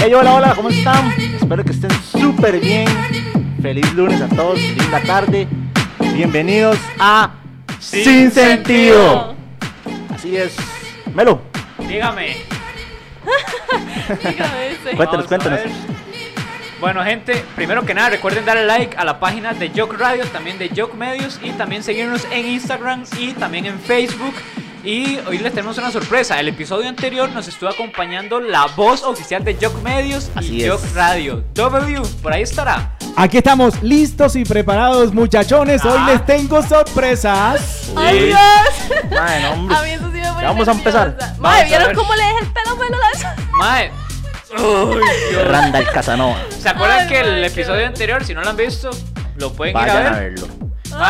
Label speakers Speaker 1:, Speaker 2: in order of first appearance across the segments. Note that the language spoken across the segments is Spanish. Speaker 1: Hey, hola, hola, ¿cómo están? Espero que estén súper bien. Feliz lunes a todos, linda tarde. Bienvenidos a Sin, sentido. Así es. Melo,
Speaker 2: Dígame.
Speaker 3: Dígame ese.
Speaker 1: cuéntanos,
Speaker 2: vamos a
Speaker 1: cuéntanos.
Speaker 2: ver. Bueno, gente, primero que nada, recuerden darle like a la página de Joke Radio, también de Joke Medios y también seguirnos en Instagram y también en Facebook. Y hoy les tenemos una sorpresa. El episodio anterior nos estuvo acompañando la voz oficial de Joke Medios
Speaker 1: Así
Speaker 2: y
Speaker 1: es.
Speaker 2: Joke Radio. W, por ahí estará.
Speaker 4: Aquí estamos listos y preparados, muchachones. Hoy
Speaker 2: Ah.
Speaker 4: les tengo sorpresas.
Speaker 3: ¡Ay,
Speaker 2: Sí.
Speaker 3: Dios!
Speaker 1: Mae, no, hombre.
Speaker 3: A mí eso sí me pone
Speaker 1: Ya vamos a empezar.
Speaker 3: nerviosa.
Speaker 2: Vamos a
Speaker 3: Madre, ¿vieron
Speaker 2: ver.
Speaker 3: cómo le dejé el pelo bueno la vez?
Speaker 2: Mae.
Speaker 1: Randall Casanova.
Speaker 2: ¿Se acuerdan
Speaker 3: Ay,
Speaker 2: que
Speaker 3: mae,
Speaker 2: el
Speaker 3: qué
Speaker 2: episodio
Speaker 3: bueno.
Speaker 2: anterior, si no lo han visto, lo pueden ir
Speaker 1: Vayan
Speaker 2: a
Speaker 1: a
Speaker 2: ver?
Speaker 1: verlo.
Speaker 2: Mae,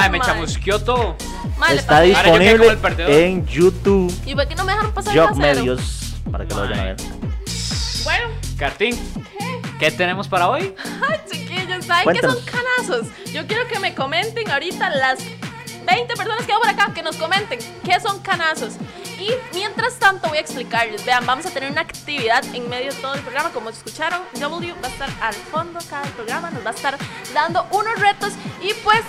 Speaker 3: Ay,
Speaker 2: me
Speaker 3: Oh, mae.
Speaker 2: chamusqueó todo.
Speaker 3: Madre, le
Speaker 1: Está
Speaker 3: pasó.
Speaker 2: Ahora yo quedé como
Speaker 1: disponible
Speaker 2: el perdedor.
Speaker 1: en YouTube,
Speaker 3: ¿Y por qué no me dejaron pasar
Speaker 1: Job
Speaker 3: el acero?
Speaker 1: Medios, para que lo vayan a ver.
Speaker 3: Bueno,
Speaker 2: Cartín, ¿qué tenemos para hoy?
Speaker 3: ay, chiquillos, ¿saben
Speaker 1: Cuéntanos.
Speaker 3: qué son canazos? Yo quiero que me comenten ahorita las 20 personas que van por acá, que nos comenten qué son canazos. Y mientras tanto voy a explicarles. Vean, vamos a tener una actividad en medio de todo el programa. Como escucharon, W va a estar al fondo cada programa, nos va a estar dando unos retos y pues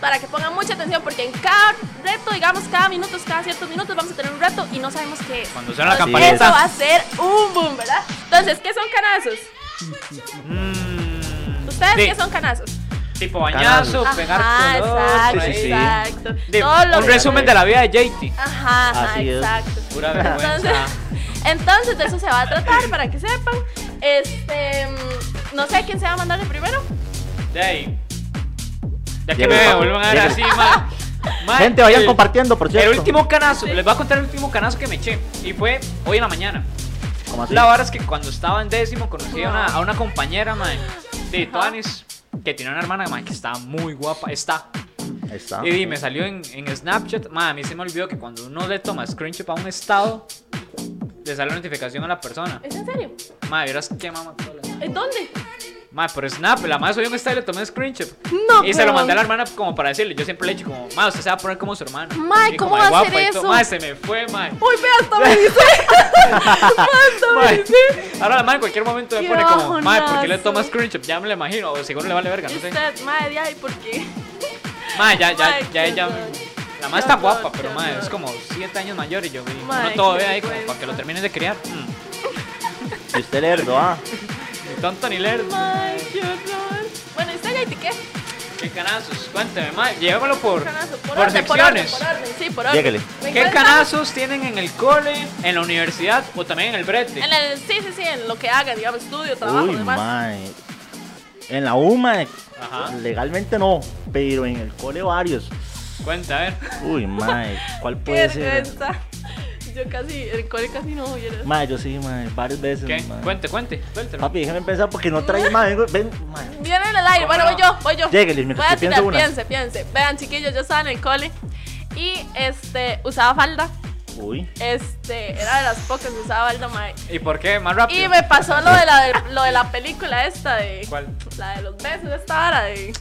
Speaker 3: para que pongan mucha atención porque en cada reto, digamos cada minuto, cada ciertos minutos vamos a tener un reto y no sabemos qué es.
Speaker 2: Cuando suena la
Speaker 1: Así
Speaker 3: Entonces, Eso va
Speaker 2: campanita.
Speaker 3: a ser un boom, ¿verdad? Entonces, ¿qué son canazos?
Speaker 2: Mm,
Speaker 3: ¿Ustedes
Speaker 2: de-
Speaker 3: qué son canazos?
Speaker 2: Tipo bañazo,
Speaker 3: Ajá,
Speaker 2: pegar color.
Speaker 3: exacto,
Speaker 2: sí, sí, sí.
Speaker 3: exacto.
Speaker 2: De-
Speaker 3: Todo lo
Speaker 2: un
Speaker 3: que-
Speaker 2: resumen de la vida de JT.
Speaker 3: Ajá, ajá,
Speaker 1: Así es.
Speaker 3: exacto.
Speaker 2: Pura
Speaker 3: Entonces,
Speaker 2: vergüenza.
Speaker 3: entonces de eso se va a tratar para que sepan. Este, mm, no sé quién se va a mandar de primero.
Speaker 2: De ahí. Ya que
Speaker 1: Llega el
Speaker 2: me
Speaker 1: papo,
Speaker 2: vuelvan a ver
Speaker 1: llega el
Speaker 2: así, ma. Ma,
Speaker 1: Gente, vayan
Speaker 2: el-
Speaker 1: compartiendo, por cierto.
Speaker 2: El último canazo, les voy a contar el último canazo que me eché. Y fue hoy en la mañana.
Speaker 1: ¿Cómo así?
Speaker 2: La vara es que cuando estaba en décimo conocí a una,
Speaker 1: Ah.
Speaker 2: a una compañera, mae, de Tuanis, que tenía una hermana, mae, que estaba muy guapa. Está.
Speaker 1: Ahí está.
Speaker 2: Y di, me salió en, en Snapchat. Mae, a mí se me olvidó que cuando uno le toma screenshot a un estado, le sale la notificación a la persona.
Speaker 3: ¿Es en serio?
Speaker 2: Mae, verás qué mamá. todas las-
Speaker 3: ¿En dónde?
Speaker 2: Mae, por Snap, la madre subió un estado y le tomé screenshot.
Speaker 3: No,
Speaker 2: Y se lo
Speaker 3: pero-
Speaker 2: mandé a la hermana como para decirle. Yo siempre le he dicho como, mae, usted se va a poner como su hermana.
Speaker 3: Mae,
Speaker 2: Y
Speaker 3: ¿cómo
Speaker 2: como de
Speaker 3: va a
Speaker 2: guapa
Speaker 3: hacer
Speaker 2: y todo.
Speaker 3: eso?
Speaker 2: Mae, se me fue, mae.
Speaker 3: Uy, vea, hasta me dice. Hasta me
Speaker 2: Mae,
Speaker 3: dice.
Speaker 2: Ahora la madre en cualquier momento me
Speaker 3: Qué
Speaker 2: pone como, madre, ¿por qué le
Speaker 3: bajonazo.
Speaker 2: tomas screenshot? Ya me lo imagino, o seguro le vale verga,
Speaker 3: Y
Speaker 2: no sé.
Speaker 3: usted, madre, ay, ¿por qué?
Speaker 2: Madre, ya, ya,
Speaker 3: Mae,
Speaker 2: ya,
Speaker 3: qué
Speaker 2: ya.
Speaker 3: horror.
Speaker 2: La madre está
Speaker 3: Qué
Speaker 2: guapa,
Speaker 3: horror,
Speaker 2: pero
Speaker 3: qué
Speaker 2: madre,
Speaker 3: horror.
Speaker 2: es como 7 años mayor y yo, y uno
Speaker 3: Mae,
Speaker 2: todavía
Speaker 3: qué
Speaker 2: ahí como para
Speaker 3: vergüenza.
Speaker 2: que lo termines de criar. Mm,
Speaker 1: Y usted lerdo, ah.
Speaker 2: ni tonto ni lerdo.
Speaker 3: Ay, qué horror. Bueno, ¿y usted ya y qué?
Speaker 2: ¿Qué canazos? Cuénteme, madre, llévamelo por,
Speaker 3: Canazo,
Speaker 2: por,
Speaker 3: orden, por orden,
Speaker 2: secciones.
Speaker 3: por orden. Sí, por orden.
Speaker 1: Lléguele.
Speaker 3: ¿Me
Speaker 2: ¿Qué
Speaker 3: cuentan?
Speaker 2: canazos tienen en el cole, en la universidad o también en el brete?
Speaker 3: En el, sí, sí, sí, en lo que haga, digamos, estudio, trabajo,
Speaker 1: Uy,
Speaker 3: demás.
Speaker 1: mae. En la UMA,
Speaker 2: Ajá.
Speaker 1: legalmente no, pero en el cole varios.
Speaker 2: Cuenta, a ver.
Speaker 1: Uy, mae, ¿cuál
Speaker 3: Qué
Speaker 1: puede ser?
Speaker 3: vergüenza. Yo casi, el cole casi no vieras.
Speaker 1: Mae, yo sí, mae, varias veces.
Speaker 2: ¿Qué?
Speaker 1: mae.
Speaker 2: Cuente, cuente, suéltelo.
Speaker 1: Papi, déjame pensar porque no trae mae. vengo- Ven, mae.
Speaker 3: Viene en el aire, bueno,
Speaker 2: ¿Cómo
Speaker 3: voy yo, voy yo.
Speaker 1: Lléguele, mientras
Speaker 3: Voy a
Speaker 1: que pienso
Speaker 3: tirar,
Speaker 1: una.
Speaker 3: piense, piense. Vean, chiquillos, yo estaba en el cole y este, usaba falda.
Speaker 1: Uy.
Speaker 3: Este, era de las pocas que usaba falda, mae.
Speaker 2: ¿Y por qué? Más rápido.
Speaker 3: Y me pasó lo de la, de, lo de la película esta de.
Speaker 2: ¿Cuál?
Speaker 3: La de los besos, esta vara de.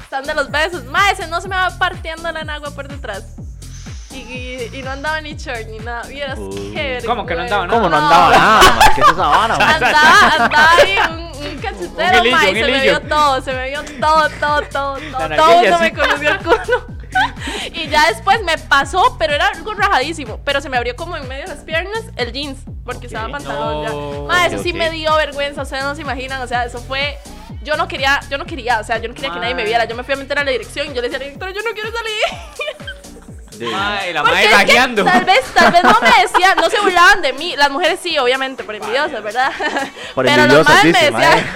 Speaker 3: Están de los besos. Mae, ese no se me va partiendo la enagua por detrás. Y, y, y no andaba ni short ni nada. Vieras
Speaker 1: Uy.
Speaker 3: qué
Speaker 2: ¿Cómo que no andaba
Speaker 3: vergüenza.
Speaker 1: ¿Cómo no andaba nada, mae? ¿Qué es esa vara, mae?
Speaker 3: Andaba, andaba ahí un, un
Speaker 2: Un
Speaker 3: cachetero,
Speaker 2: hilillo,
Speaker 3: mae,
Speaker 2: un
Speaker 3: y se me
Speaker 2: hilillo.
Speaker 3: vio todo, se me vio todo, todo, todo, todo.
Speaker 2: La
Speaker 3: Todo
Speaker 2: nalguilla,
Speaker 3: eso me
Speaker 2: sí.
Speaker 3: conoció el culo. Y ya después me pasó, pero era algo rajadísimo. Pero se me abrió como en medio de las piernas el jeans, porque
Speaker 1: Ok.
Speaker 3: estaba
Speaker 2: No.
Speaker 3: pantalón ya. Mae, eso
Speaker 1: Ok,
Speaker 3: sí
Speaker 1: ok.
Speaker 3: me dio vergüenza, ustedes no se imaginan, o sea, eso fue. Yo no quería, yo no quería, o sea, yo no quería que nadie me
Speaker 2: Mae.
Speaker 3: viera. Yo me fui a meter a la dirección y yo le decía al director, yo no quiero salir.
Speaker 2: Mae, y la
Speaker 3: Porque
Speaker 2: madre
Speaker 3: es que
Speaker 2: gagueando.
Speaker 3: Tal vez, tal vez no me decían, no se burlaban de mí. Las mujeres sí, obviamente, por envidiosas, ¿verdad?
Speaker 1: Por
Speaker 3: Pero los
Speaker 1: envidiosas,
Speaker 3: madres me
Speaker 1: dice,
Speaker 3: decían.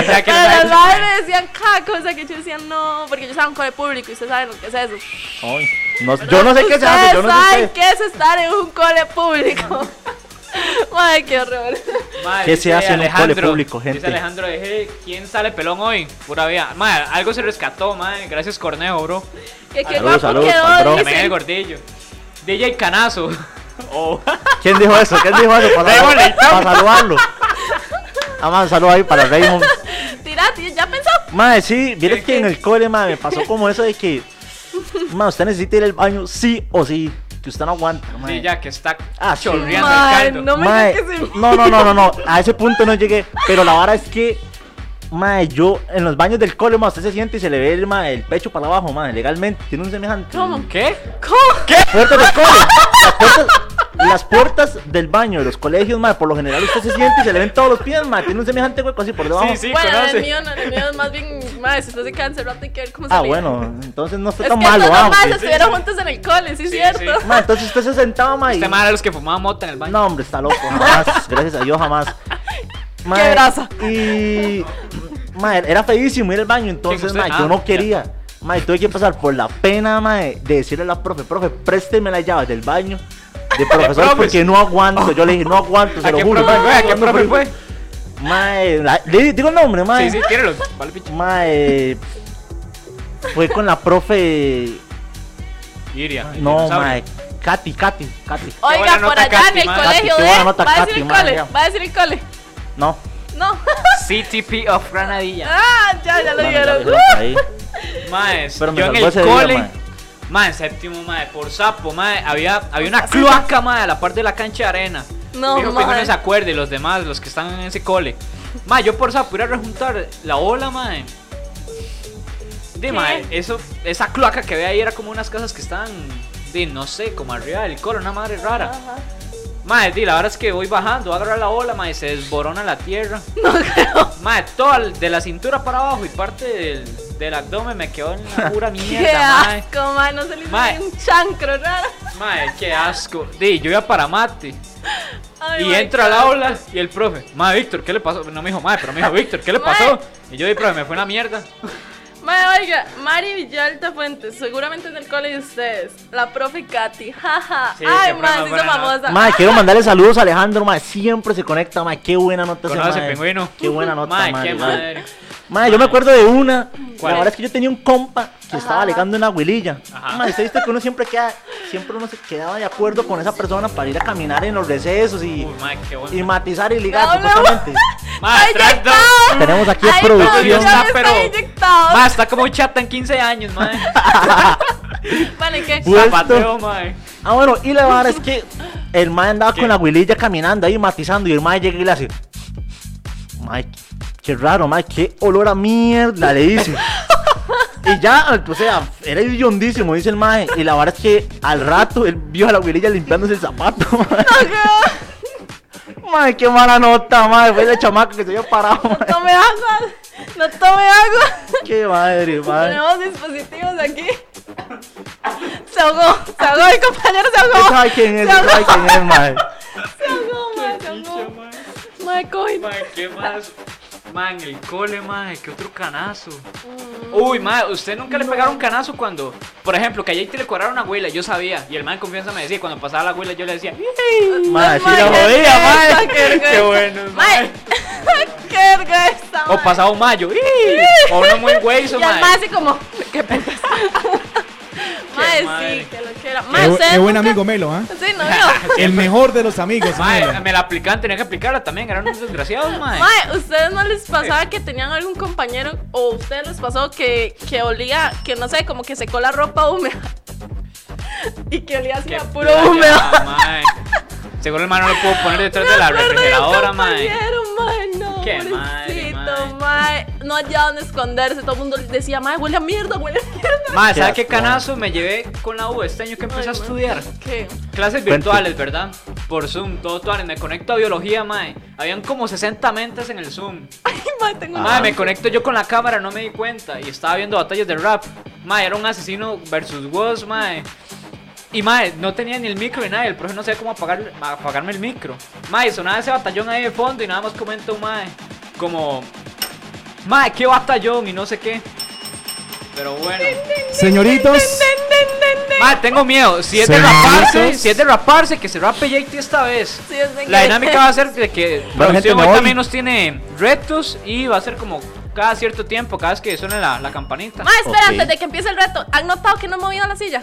Speaker 2: O sea, que
Speaker 3: Pero
Speaker 2: las
Speaker 3: los madres me decían cada cosa que yo decía no, porque yo estaba en cole público y ustedes saben lo que es eso.
Speaker 1: Ay, no- yo no sé qué se
Speaker 3: Ustedes
Speaker 1: hace, yo no sé.
Speaker 3: saben
Speaker 1: ustedes.
Speaker 3: qué es estar en un cole público. Madre, qué horror.
Speaker 2: Madre,
Speaker 1: ¿Qué se
Speaker 2: dice
Speaker 1: hace en un cole
Speaker 2: Alejandro,
Speaker 1: público, gente?
Speaker 2: Dice Alejandro, dije, ¿quién sale pelón hoy? Pura vida. Madre, algo se rescató, madre. Gracias, Corneo, bro.
Speaker 3: Que qué
Speaker 1: Salud,
Speaker 3: guapo
Speaker 1: salud, al bro.
Speaker 3: quedó,
Speaker 2: También el
Speaker 3: dicen.
Speaker 2: gordillo. DJ Canazo. Oh.
Speaker 1: ¿Quién dijo eso? ¿Quién dijo eso? Para,
Speaker 2: Démosle el
Speaker 1: para saludarlo. Ah, mae, un saludo ahí para Raymond.
Speaker 3: Tirá, tío, ya pensó.
Speaker 1: Mae, sí, vieres
Speaker 2: ¿El
Speaker 1: que
Speaker 2: qué?
Speaker 1: en el cole, mae, me pasó como eso de que. Mae, usted necesita ir al baño sí o sí. que usted no aguanta. mae.
Speaker 2: Sí, ya que está
Speaker 1: Ah, sí.
Speaker 2: chorreando
Speaker 3: Mae,
Speaker 2: el caldo.
Speaker 3: no me
Speaker 1: Mae,
Speaker 3: digas que sí.
Speaker 1: no, no, no, no, no, a ese punto no llegué. Pero la vara es que, mae, yo en los baños del cole, mae, usted se siente y se le ve el, mae, el pecho para abajo, mae, legalmente. Tiene un semejante.
Speaker 3: ¿Cómo?
Speaker 2: ¿Qué?
Speaker 3: ¿Cómo? ¿Qué?
Speaker 1: Puertas del cole. Las puertas, las puertas del baño de los colegios, mae, por lo general usted se siente y se le ven todos los pies, mae. Tiene un semejante hueco así por debajo.
Speaker 2: Sí, sí,
Speaker 3: bueno,
Speaker 2: conoce.
Speaker 3: el mío no, el mío es más bien, madre, si usted se queda encerrado y quiere cómo se
Speaker 1: Ah, bueno, entonces no
Speaker 3: Es
Speaker 1: está
Speaker 3: que
Speaker 1: tan malo, ah,
Speaker 3: estos
Speaker 1: vamos.
Speaker 3: nomás
Speaker 1: sí.
Speaker 3: estuvieron juntos en el cole, sí, es
Speaker 2: Sí,
Speaker 3: cierto.
Speaker 2: sí.
Speaker 1: Mae, entonces usted se sentaba, mae. y-
Speaker 2: Este man era los que fumaban mota en el baño.
Speaker 1: No, hombre, está loco, jamás. Gracias a Dios, jamás.
Speaker 3: Qué grasa.
Speaker 1: Y. Mae, era feísimo ir al baño, entonces,
Speaker 2: usted?
Speaker 1: mae,
Speaker 2: Ah,
Speaker 1: yo no
Speaker 2: ya.
Speaker 1: quería. Mae, tuve que pasar por la pena, mae, de decirle a la profe, profe, présteme las llaves del baño de profesor
Speaker 2: profes?
Speaker 1: porque no aguanto. Yo le dije, no aguanto, se
Speaker 2: ¿A
Speaker 1: lo
Speaker 2: qué
Speaker 1: juro.
Speaker 2: profe fue? ¿A
Speaker 1: No,
Speaker 2: qué
Speaker 1: no,
Speaker 2: profe
Speaker 1: no,
Speaker 2: fue?
Speaker 1: Mae, la- le digo el nombre, mae.
Speaker 2: Sí, sí, tíralo. Vale, picho.
Speaker 1: Mae. Fue con la profe.
Speaker 2: Iria. el
Speaker 1: No,
Speaker 2: dinosaurio.
Speaker 1: mae. Katy, Katy, Katy.
Speaker 2: buena
Speaker 3: Oiga, por
Speaker 2: nota,
Speaker 3: allá en
Speaker 2: Katy,
Speaker 3: el
Speaker 2: ma.
Speaker 3: colegio
Speaker 1: Katy,
Speaker 3: de.
Speaker 1: qué buena nota,
Speaker 3: Va a decir el
Speaker 1: Katy, ma,
Speaker 3: cole,
Speaker 1: ya.
Speaker 3: va a decir el cole.
Speaker 1: No.
Speaker 3: No.
Speaker 2: CTP of Granadilla.
Speaker 3: Ah, ya, ya lo ¡Uh!
Speaker 1: Bueno, ya
Speaker 3: dijeron.
Speaker 1: lo dejo ahí.
Speaker 2: Maes,
Speaker 1: Pero me
Speaker 2: yo en
Speaker 1: salvó
Speaker 2: el
Speaker 1: ese día,
Speaker 2: cole.
Speaker 1: mae.
Speaker 2: Mae, en séptimo, mae, por sapo, mae, había, había una cloaca, mae, a la parte de la cancha de arena.
Speaker 3: No,
Speaker 2: Dijo que
Speaker 3: mae.
Speaker 2: no se acuerde, los demás, los que están en ese cole. Mae, yo por sapo iba a rejuntar la ola, mae. De,
Speaker 3: ¿Qué?
Speaker 2: mae, eso, esa cloaca que ve ahí era como unas casas que estaban, de, no sé, como arriba del colo, una madre rara.
Speaker 3: Ajá.
Speaker 2: Mae, di, la verdad es que voy bajando, voy a agarrar la ola, mae, se desborona la tierra. No creo. Mae, todo el- de la cintura para abajo y parte del, del abdomen me quedó en la pura
Speaker 3: Qué
Speaker 2: mierda, mae.
Speaker 3: asco, ma, no se le hizo
Speaker 2: Ma.
Speaker 3: ni un chancro raro.
Speaker 2: Mae, qué asco. Di, yo iba para mate.
Speaker 3: Ay,
Speaker 2: Y
Speaker 3: ma,
Speaker 2: entro al aula y el profe, mae, Víctor, ¿qué le pasó? No me dijo, mae, pero me dijo, Víctor, ¿qué le
Speaker 3: Mae.
Speaker 2: pasó? Y yo di, profe, me fue una mierda.
Speaker 3: Ma, oiga, Mari Villalta Fuentes, seguramente en el cole de ustedes. La profe Katy, jaja.
Speaker 2: Sí,
Speaker 3: Ay,
Speaker 2: qué
Speaker 3: ma,
Speaker 2: broma,
Speaker 3: se hizo
Speaker 2: buena nota.
Speaker 3: famosa.
Speaker 1: Mae, quiero mandarle saludos a Alejandro, mae. Siempre se conecta, mae. Qué buena nota ese
Speaker 2: Conoce,
Speaker 1: mae.
Speaker 2: pingüino.
Speaker 1: Qué buena nota,
Speaker 2: Mae,
Speaker 1: mae.
Speaker 2: qué
Speaker 1: mae.
Speaker 2: madre.
Speaker 1: Mae, yo me acuerdo de una.
Speaker 2: ¿Cuál?
Speaker 1: La verdad es que yo tenía un compa que estaba alegando una huililla.
Speaker 2: Ajá.
Speaker 1: Mae, usted viste que uno siempre queda, siempre uno se quedaba de acuerdo con esa persona para ir a caminar en los recesos y,
Speaker 2: Uy, mae, qué bueno.
Speaker 1: y matizar y ligar,
Speaker 3: No, no.
Speaker 1: supuestamente.
Speaker 2: Mae,
Speaker 3: Está
Speaker 2: atrás
Speaker 3: inyectado.
Speaker 2: dos.
Speaker 1: Tenemos aquí
Speaker 3: Ay,
Speaker 1: producción.
Speaker 3: producción
Speaker 2: Está,
Speaker 3: está
Speaker 2: pero-
Speaker 3: inyectado.
Speaker 2: Mae, está como chata en 15 años, mae.
Speaker 3: Bueno, ¿y qué?
Speaker 2: Pues
Speaker 1: Puesto.
Speaker 2: Zapateo, mae.
Speaker 1: Ah, bueno, y la verdad es que el mae andaba
Speaker 2: ¿Qué?
Speaker 1: con la huililla caminando ahí, matizando, y el mae llega y le hace. Mae, qué raro, mae, qué olor a mierda, le dice. y ya, o sea, era hediondísimo, dice el mae. Y la verdad es que al rato él vio a la huililla limpiándose el zapato, mae. Mae, qué mala nota, mae. Fue ese chamaco que se había parado,
Speaker 3: No
Speaker 1: mae.
Speaker 3: tome agua. No tome agua.
Speaker 1: Qué madre, mae.
Speaker 3: Tenemos dispositivos aquí. Se ahogó. Se ahogó. El compañero se
Speaker 1: Usted
Speaker 3: ahogó.
Speaker 1: sabe quién es,
Speaker 3: Se
Speaker 1: usted sabe
Speaker 3: ahogó.
Speaker 1: quién es, mae.
Speaker 3: Se ahogó, ma, se ahogó. Ma, coin.
Speaker 2: Mae, ¿qué más? Mae, en el cole, mae, qué otro canazo.
Speaker 3: Mm.
Speaker 2: Uy, mae, ¿usted nunca le pegaron canazo cuando, por ejemplo, que ayer te le cuadraron a una abuela? Yo sabía, y el mae en confianza me decía, cuando pasaba la abuela, yo le decía,
Speaker 1: Mae, sí la
Speaker 3: qué
Speaker 1: jodía,
Speaker 3: vergüenza,
Speaker 1: mae.
Speaker 3: qué vergüenza.
Speaker 2: Qué buenos, mae.
Speaker 3: Qué vergüenza,
Speaker 2: o
Speaker 3: mae.
Speaker 2: pasado mayo, o uno muy hueso,
Speaker 3: Y al
Speaker 2: mae.
Speaker 3: mae así como, qué pendejo. Mae,
Speaker 2: madre.
Speaker 3: sí, que lo quiera.
Speaker 4: Qué,
Speaker 3: Mae,
Speaker 4: bu-
Speaker 3: ¿ustedes
Speaker 4: qué buen
Speaker 3: nunca-
Speaker 4: amigo Melo, ¿ah?
Speaker 3: Sí, no, no.
Speaker 4: El mejor de los amigos, Melo.
Speaker 2: Pues, Mae, me la aplicaban, tenía que aplicarla también, eran unos desgraciados, mae.
Speaker 3: Mae, ¿ustedes no les pasaba que tenían algún compañero o ustedes les pasó que, que olía, que no sé, como que secó la ropa húmeda? Y que olía así
Speaker 2: Qué
Speaker 3: a puro
Speaker 2: playa,
Speaker 3: húmedo.
Speaker 2: mae. Seguro el mae no lo pudo poner detrás de
Speaker 3: Me
Speaker 2: la
Speaker 3: acuerdo de un
Speaker 2: refrigeradora, mae.
Speaker 3: compañero, mae, no,
Speaker 2: Qué
Speaker 3: pobrecito,
Speaker 2: madre,
Speaker 3: mae. No hallaba dónde esconderse. Todo el mundo decía, mae, huele a mierda, huele a mierda.
Speaker 2: Mae, ¿sabe
Speaker 1: Qué
Speaker 2: qué
Speaker 1: asco, mae.
Speaker 2: canazo me llevé con la U este año que empecé a
Speaker 3: Ay, mae.
Speaker 2: estudiar?
Speaker 3: ¿Qué?
Speaker 2: Clases
Speaker 1: Cuente.
Speaker 2: virtuales, ¿verdad? Por Zoom, todo tuanes. Me conecto a biología, mae. Habían como 60 mentes en el Zoom.
Speaker 3: Ay, mae, tengo un
Speaker 2: Mae, me conecto yo con la cámara, no me di cuenta. Y estaba viendo batallas de rap. Mae, era un asesino versus Woz, mae. Y mae, no tenía ni el micro ni nada. y El profe no sabía cómo apagar, apagarme el micro. Mae, sonaba ese batallón ahí de fondo y nada más comenta un mae. Como, mae, qué batallón y no sé qué. Pero bueno.
Speaker 4: Señoritos,
Speaker 2: Mae, tengo miedo. Si es de
Speaker 4: Señoritos.
Speaker 2: raparse, si es de raparse, que se rape Jake esta vez.
Speaker 3: Sí, es de
Speaker 2: La
Speaker 3: que-
Speaker 2: dinámica va a ser de que
Speaker 1: Bueno, gente,
Speaker 2: producción
Speaker 1: me
Speaker 2: hoy
Speaker 1: voy.
Speaker 2: también nos tiene retos y va a ser como cada cierto tiempo, cada vez que suene la, la campanita.
Speaker 3: Mae, espera,
Speaker 1: Ok.
Speaker 3: antes de que empiece el reto, ¿han notado que no he movido la silla?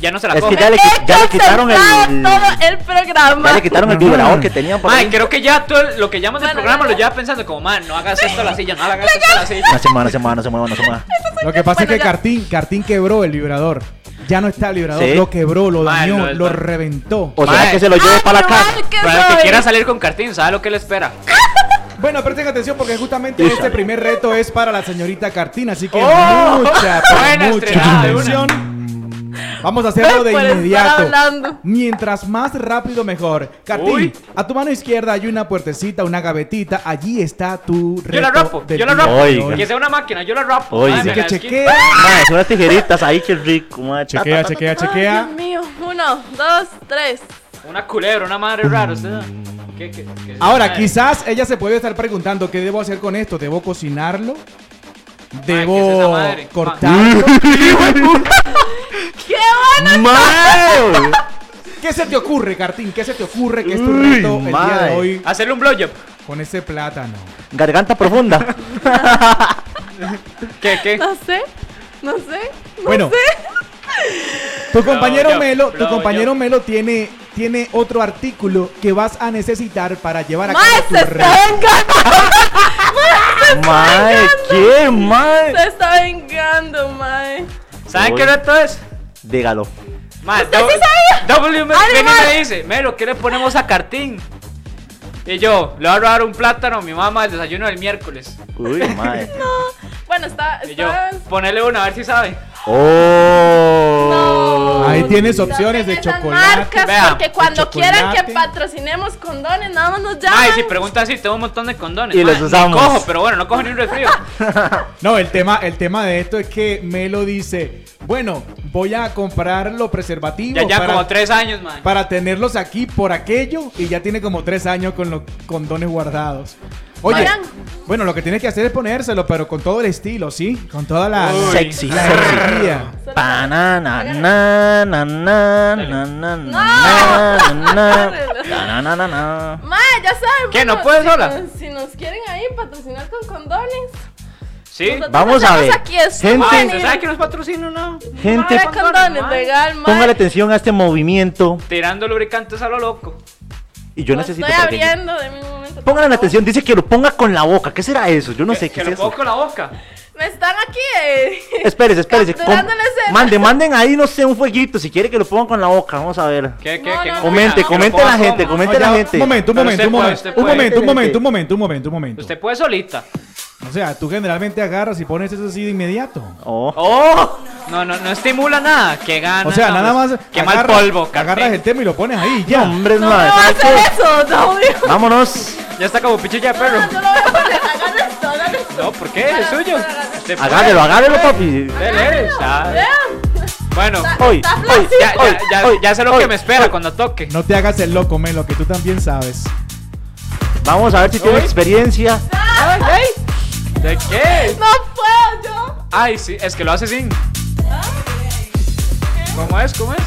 Speaker 2: Ya no se la
Speaker 1: Es que
Speaker 2: come.
Speaker 1: ya le, qui- ya le quitaron el.
Speaker 3: He concentrado todo el programa.
Speaker 1: Ya le quitaron el
Speaker 4: Ajá.
Speaker 1: vibrador que tenía por
Speaker 2: Mae,
Speaker 1: ahí.
Speaker 2: creo que ya todo el- lo que llamas del
Speaker 3: Bueno,
Speaker 2: programa
Speaker 3: ya.
Speaker 2: lo lleva pensando como, man, no hagas esto a la silla, no hagas esto a la silla.
Speaker 1: No se mueva, no se mueva, no se mueva, no se mueva.
Speaker 4: lo que pasa
Speaker 3: Bueno,
Speaker 4: es que
Speaker 3: ya.
Speaker 4: Cartín, Cartín quebró el vibrador. Ya no está el vibrador,
Speaker 1: Sí.
Speaker 4: lo quebró, lo
Speaker 2: Mae,
Speaker 4: dañó,
Speaker 2: no es
Speaker 4: lo
Speaker 2: mal.
Speaker 4: reventó.
Speaker 1: O será
Speaker 2: Mae.
Speaker 1: que se lo lleve
Speaker 3: Ay,
Speaker 1: para la
Speaker 3: pero
Speaker 1: casa.
Speaker 3: mal que
Speaker 2: Para el
Speaker 3: soy.
Speaker 2: que quiera salir con Cartín, sabe lo que le espera.
Speaker 4: Bueno, presten atención porque justamente
Speaker 1: Híjole.
Speaker 4: este primer reto es para la señorita Cartina, así que
Speaker 2: ¡Oh!
Speaker 4: mucha, pero
Speaker 2: Buena
Speaker 4: mucha
Speaker 2: estrenada de
Speaker 4: atención. Vamos a hacerlo de
Speaker 3: Por estar
Speaker 4: inmediato.
Speaker 3: hablando.
Speaker 4: Mientras más rápido, mejor. Cartín,
Speaker 2: Uy.
Speaker 4: a tu mano izquierda hay una puertecita, una gavetita. Allí está tu reto.
Speaker 2: Yo la rapo,
Speaker 4: del
Speaker 2: yo la
Speaker 4: día
Speaker 2: rapo.
Speaker 4: de
Speaker 1: Oiga.
Speaker 4: hoy.
Speaker 2: Que sea una máquina, yo la rapo.
Speaker 1: Oiga.
Speaker 2: Ay,
Speaker 4: Así
Speaker 2: me
Speaker 4: que
Speaker 2: la esquina.
Speaker 4: chequea.
Speaker 1: Mae, son unas tijeritas ahí, qué rico, mae. Ta, ta, ta,
Speaker 4: Chequea,
Speaker 1: ta.
Speaker 4: chequea,
Speaker 3: Ay,
Speaker 4: chequea.
Speaker 3: Dios mío. Uno, dos, tres.
Speaker 2: Una culebra, una
Speaker 1: Mm.
Speaker 2: madre rara. usted sabe. ¿Qué- qué- qué-
Speaker 4: Ahora,
Speaker 2: madre?
Speaker 4: quizás ella se puede estar preguntando, ¿qué debo hacer con esto? ¿Debo cocinarlo?
Speaker 2: ¿qué es esa
Speaker 4: ¿Debo
Speaker 2: madre? Ah.
Speaker 4: cortarlo?
Speaker 3: ¡Qué bueno!
Speaker 1: Mae.
Speaker 4: ¿Qué se te ocurre, Cartín? ¿Qué se te ocurre que es tu
Speaker 1: Uy,
Speaker 4: reto el día de
Speaker 1: mae.
Speaker 4: hoy
Speaker 2: Hacerle un blowjob.
Speaker 4: con ese plátano?
Speaker 1: Garganta profunda.
Speaker 2: ¿Qué, qué?
Speaker 3: No sé, no sé, no
Speaker 4: Bueno.
Speaker 3: sé.
Speaker 4: Tu compañero
Speaker 2: yo,
Speaker 4: Melo, tu
Speaker 2: bravo,
Speaker 4: compañero
Speaker 2: yo.
Speaker 4: Melo tiene, tiene otro artículo que vas a necesitar para llevar a cabo
Speaker 3: Mae,
Speaker 4: tu
Speaker 3: se
Speaker 4: reto.
Speaker 3: está vengando,
Speaker 1: Mae, ¿qué, mae?
Speaker 3: se está vengando, mae.
Speaker 2: ¿Saben
Speaker 1: Uy.
Speaker 2: qué reto es?
Speaker 1: Dígalo.
Speaker 2: Más,
Speaker 3: ¿Usted sí sabía?
Speaker 2: W me,
Speaker 3: Ari,
Speaker 2: viene y
Speaker 3: mae.
Speaker 2: me dice, Melo, ¿qué le ponemos a Cartín? Y yo, le voy a robar un plátano a mi mamá el desayuno del miércoles.
Speaker 1: Uy, mae.
Speaker 3: Bueno, está,
Speaker 2: Y yo,
Speaker 3: está...
Speaker 2: ponele una a ver si sabe.
Speaker 1: Oh.
Speaker 3: No,
Speaker 4: Ahí tienes
Speaker 3: no
Speaker 4: opciones de
Speaker 3: tengan esas
Speaker 4: chocolate.
Speaker 3: marcas,
Speaker 2: Vea,
Speaker 3: porque cuando
Speaker 4: chocolate.
Speaker 3: quieran que patrocinemos condones, nada más nos llaman.
Speaker 2: Ay, si pregunta así, tengo un montón de condones.
Speaker 1: Y
Speaker 2: mae.
Speaker 1: los usamos.
Speaker 2: Cojo, pero bueno, no cojo ni un resfrío.
Speaker 4: No, el tema, el tema de esto es que Melo dice, bueno, voy a comprar los preservativos
Speaker 2: ya, ya,
Speaker 4: para,
Speaker 2: como tres años, man.
Speaker 4: para tenerlos aquí por aquello y ya tiene como tres años con los condones guardados. Oye,
Speaker 3: Oigan.
Speaker 4: bueno, lo que tienes que hacer es ponérselo, pero con todo el estilo, ¿sí? Con toda la, la-
Speaker 1: Sexy,
Speaker 4: la
Speaker 1: sexy.
Speaker 4: energía.
Speaker 3: Solo-
Speaker 1: Banana, na, na, na, na, na, na, na, na, na, na, na.
Speaker 3: Mae, ya saben.
Speaker 2: ¿Qué, no
Speaker 3: bueno,
Speaker 2: puedes
Speaker 3: si
Speaker 2: sola?
Speaker 3: nos- Si nos quieren ahí patrocinar con condones.
Speaker 2: ¿Sí?
Speaker 3: nosotros
Speaker 1: Vamos a
Speaker 3: hacemos
Speaker 1: ver.
Speaker 3: Aquí esto,
Speaker 1: Gente-
Speaker 2: Ay,
Speaker 3: mae.
Speaker 2: ¿se sabe que nos patrocina o no?
Speaker 1: Gente,
Speaker 3: Mae, condones,
Speaker 2: Mae.
Speaker 3: legal, mae.
Speaker 1: Póngale atención a este movimiento.
Speaker 2: Tirando lubricantes a lo loco.
Speaker 1: Y yo
Speaker 3: Lo
Speaker 1: necesito.
Speaker 3: Estoy
Speaker 1: para que-
Speaker 3: abriendo de mi momento. por
Speaker 1: Pónganle
Speaker 3: favor.
Speaker 1: atención, dice que lo ponga con la boca. ¿Qué será eso? Yo no sé
Speaker 2: que
Speaker 1: qué es
Speaker 2: lo
Speaker 1: eso.
Speaker 2: pongo con la boca.
Speaker 3: Me están aquí. Eh.
Speaker 1: Espérese, espérese. com-
Speaker 3: Capturando la escena.
Speaker 1: Mande, manden ahí, no sé, un fueguito. Si quiere que lo pongan con la boca, vamos a ver.
Speaker 2: ¿Qué, qué,
Speaker 3: No,
Speaker 2: qué
Speaker 3: no, no,
Speaker 1: Comente,
Speaker 2: no,
Speaker 1: comente
Speaker 2: no,
Speaker 1: la
Speaker 2: no,
Speaker 1: gente,
Speaker 2: no,
Speaker 1: comente la
Speaker 4: Oye,
Speaker 1: gente.
Speaker 4: Un momento, un
Speaker 2: Pero
Speaker 4: momento,
Speaker 2: usted
Speaker 4: un
Speaker 2: puede,
Speaker 4: momento.
Speaker 2: usted
Speaker 4: Un
Speaker 2: puede.
Speaker 4: momento, un momento, un momento, un momento, un momento.
Speaker 2: Usted puede solita.
Speaker 4: O sea, tú generalmente agarras y pones eso así de inmediato.
Speaker 1: Oh.
Speaker 2: ¡Oh! No, no, no estimula nada. ¡Qué gana!
Speaker 4: O sea, nada más
Speaker 2: ¡Qué mal polvo, Cartín.
Speaker 4: agarras el tema y lo pones ahí
Speaker 1: No,
Speaker 4: ya.
Speaker 1: hombre,
Speaker 3: No, no
Speaker 1: mae,
Speaker 3: va a
Speaker 1: ¿sabe
Speaker 3: hacer
Speaker 1: qué?
Speaker 3: eso, no, hijo.
Speaker 1: Vámonos.
Speaker 2: Ya está como pichilla de perro.
Speaker 3: No, yo lo voy a poner. Agarra esto, agarra esto.
Speaker 2: No, ¿por qué? Es suyo. Usted puede.
Speaker 1: Agárrelo, agárrelo, papi.
Speaker 2: Dele, está-
Speaker 3: Vean.
Speaker 2: Bueno,
Speaker 1: Hoy,
Speaker 3: Está
Speaker 1: hoy,
Speaker 3: flácido.
Speaker 2: ya, ya, ya,
Speaker 1: hoy,
Speaker 2: ya sé lo
Speaker 1: hoy,
Speaker 2: que me espera
Speaker 1: hoy.
Speaker 2: cuando toque.
Speaker 4: No te hagas el loco, Melo, que tú también sabes.
Speaker 1: Vamos a ver si tiene
Speaker 2: Hoy.
Speaker 1: experiencia.
Speaker 2: Ay, ay. ¿De qué?
Speaker 3: No puedo yo.
Speaker 2: Ay, sí, es que lo hace sin. ¿Cómo es? ¿Cómo es?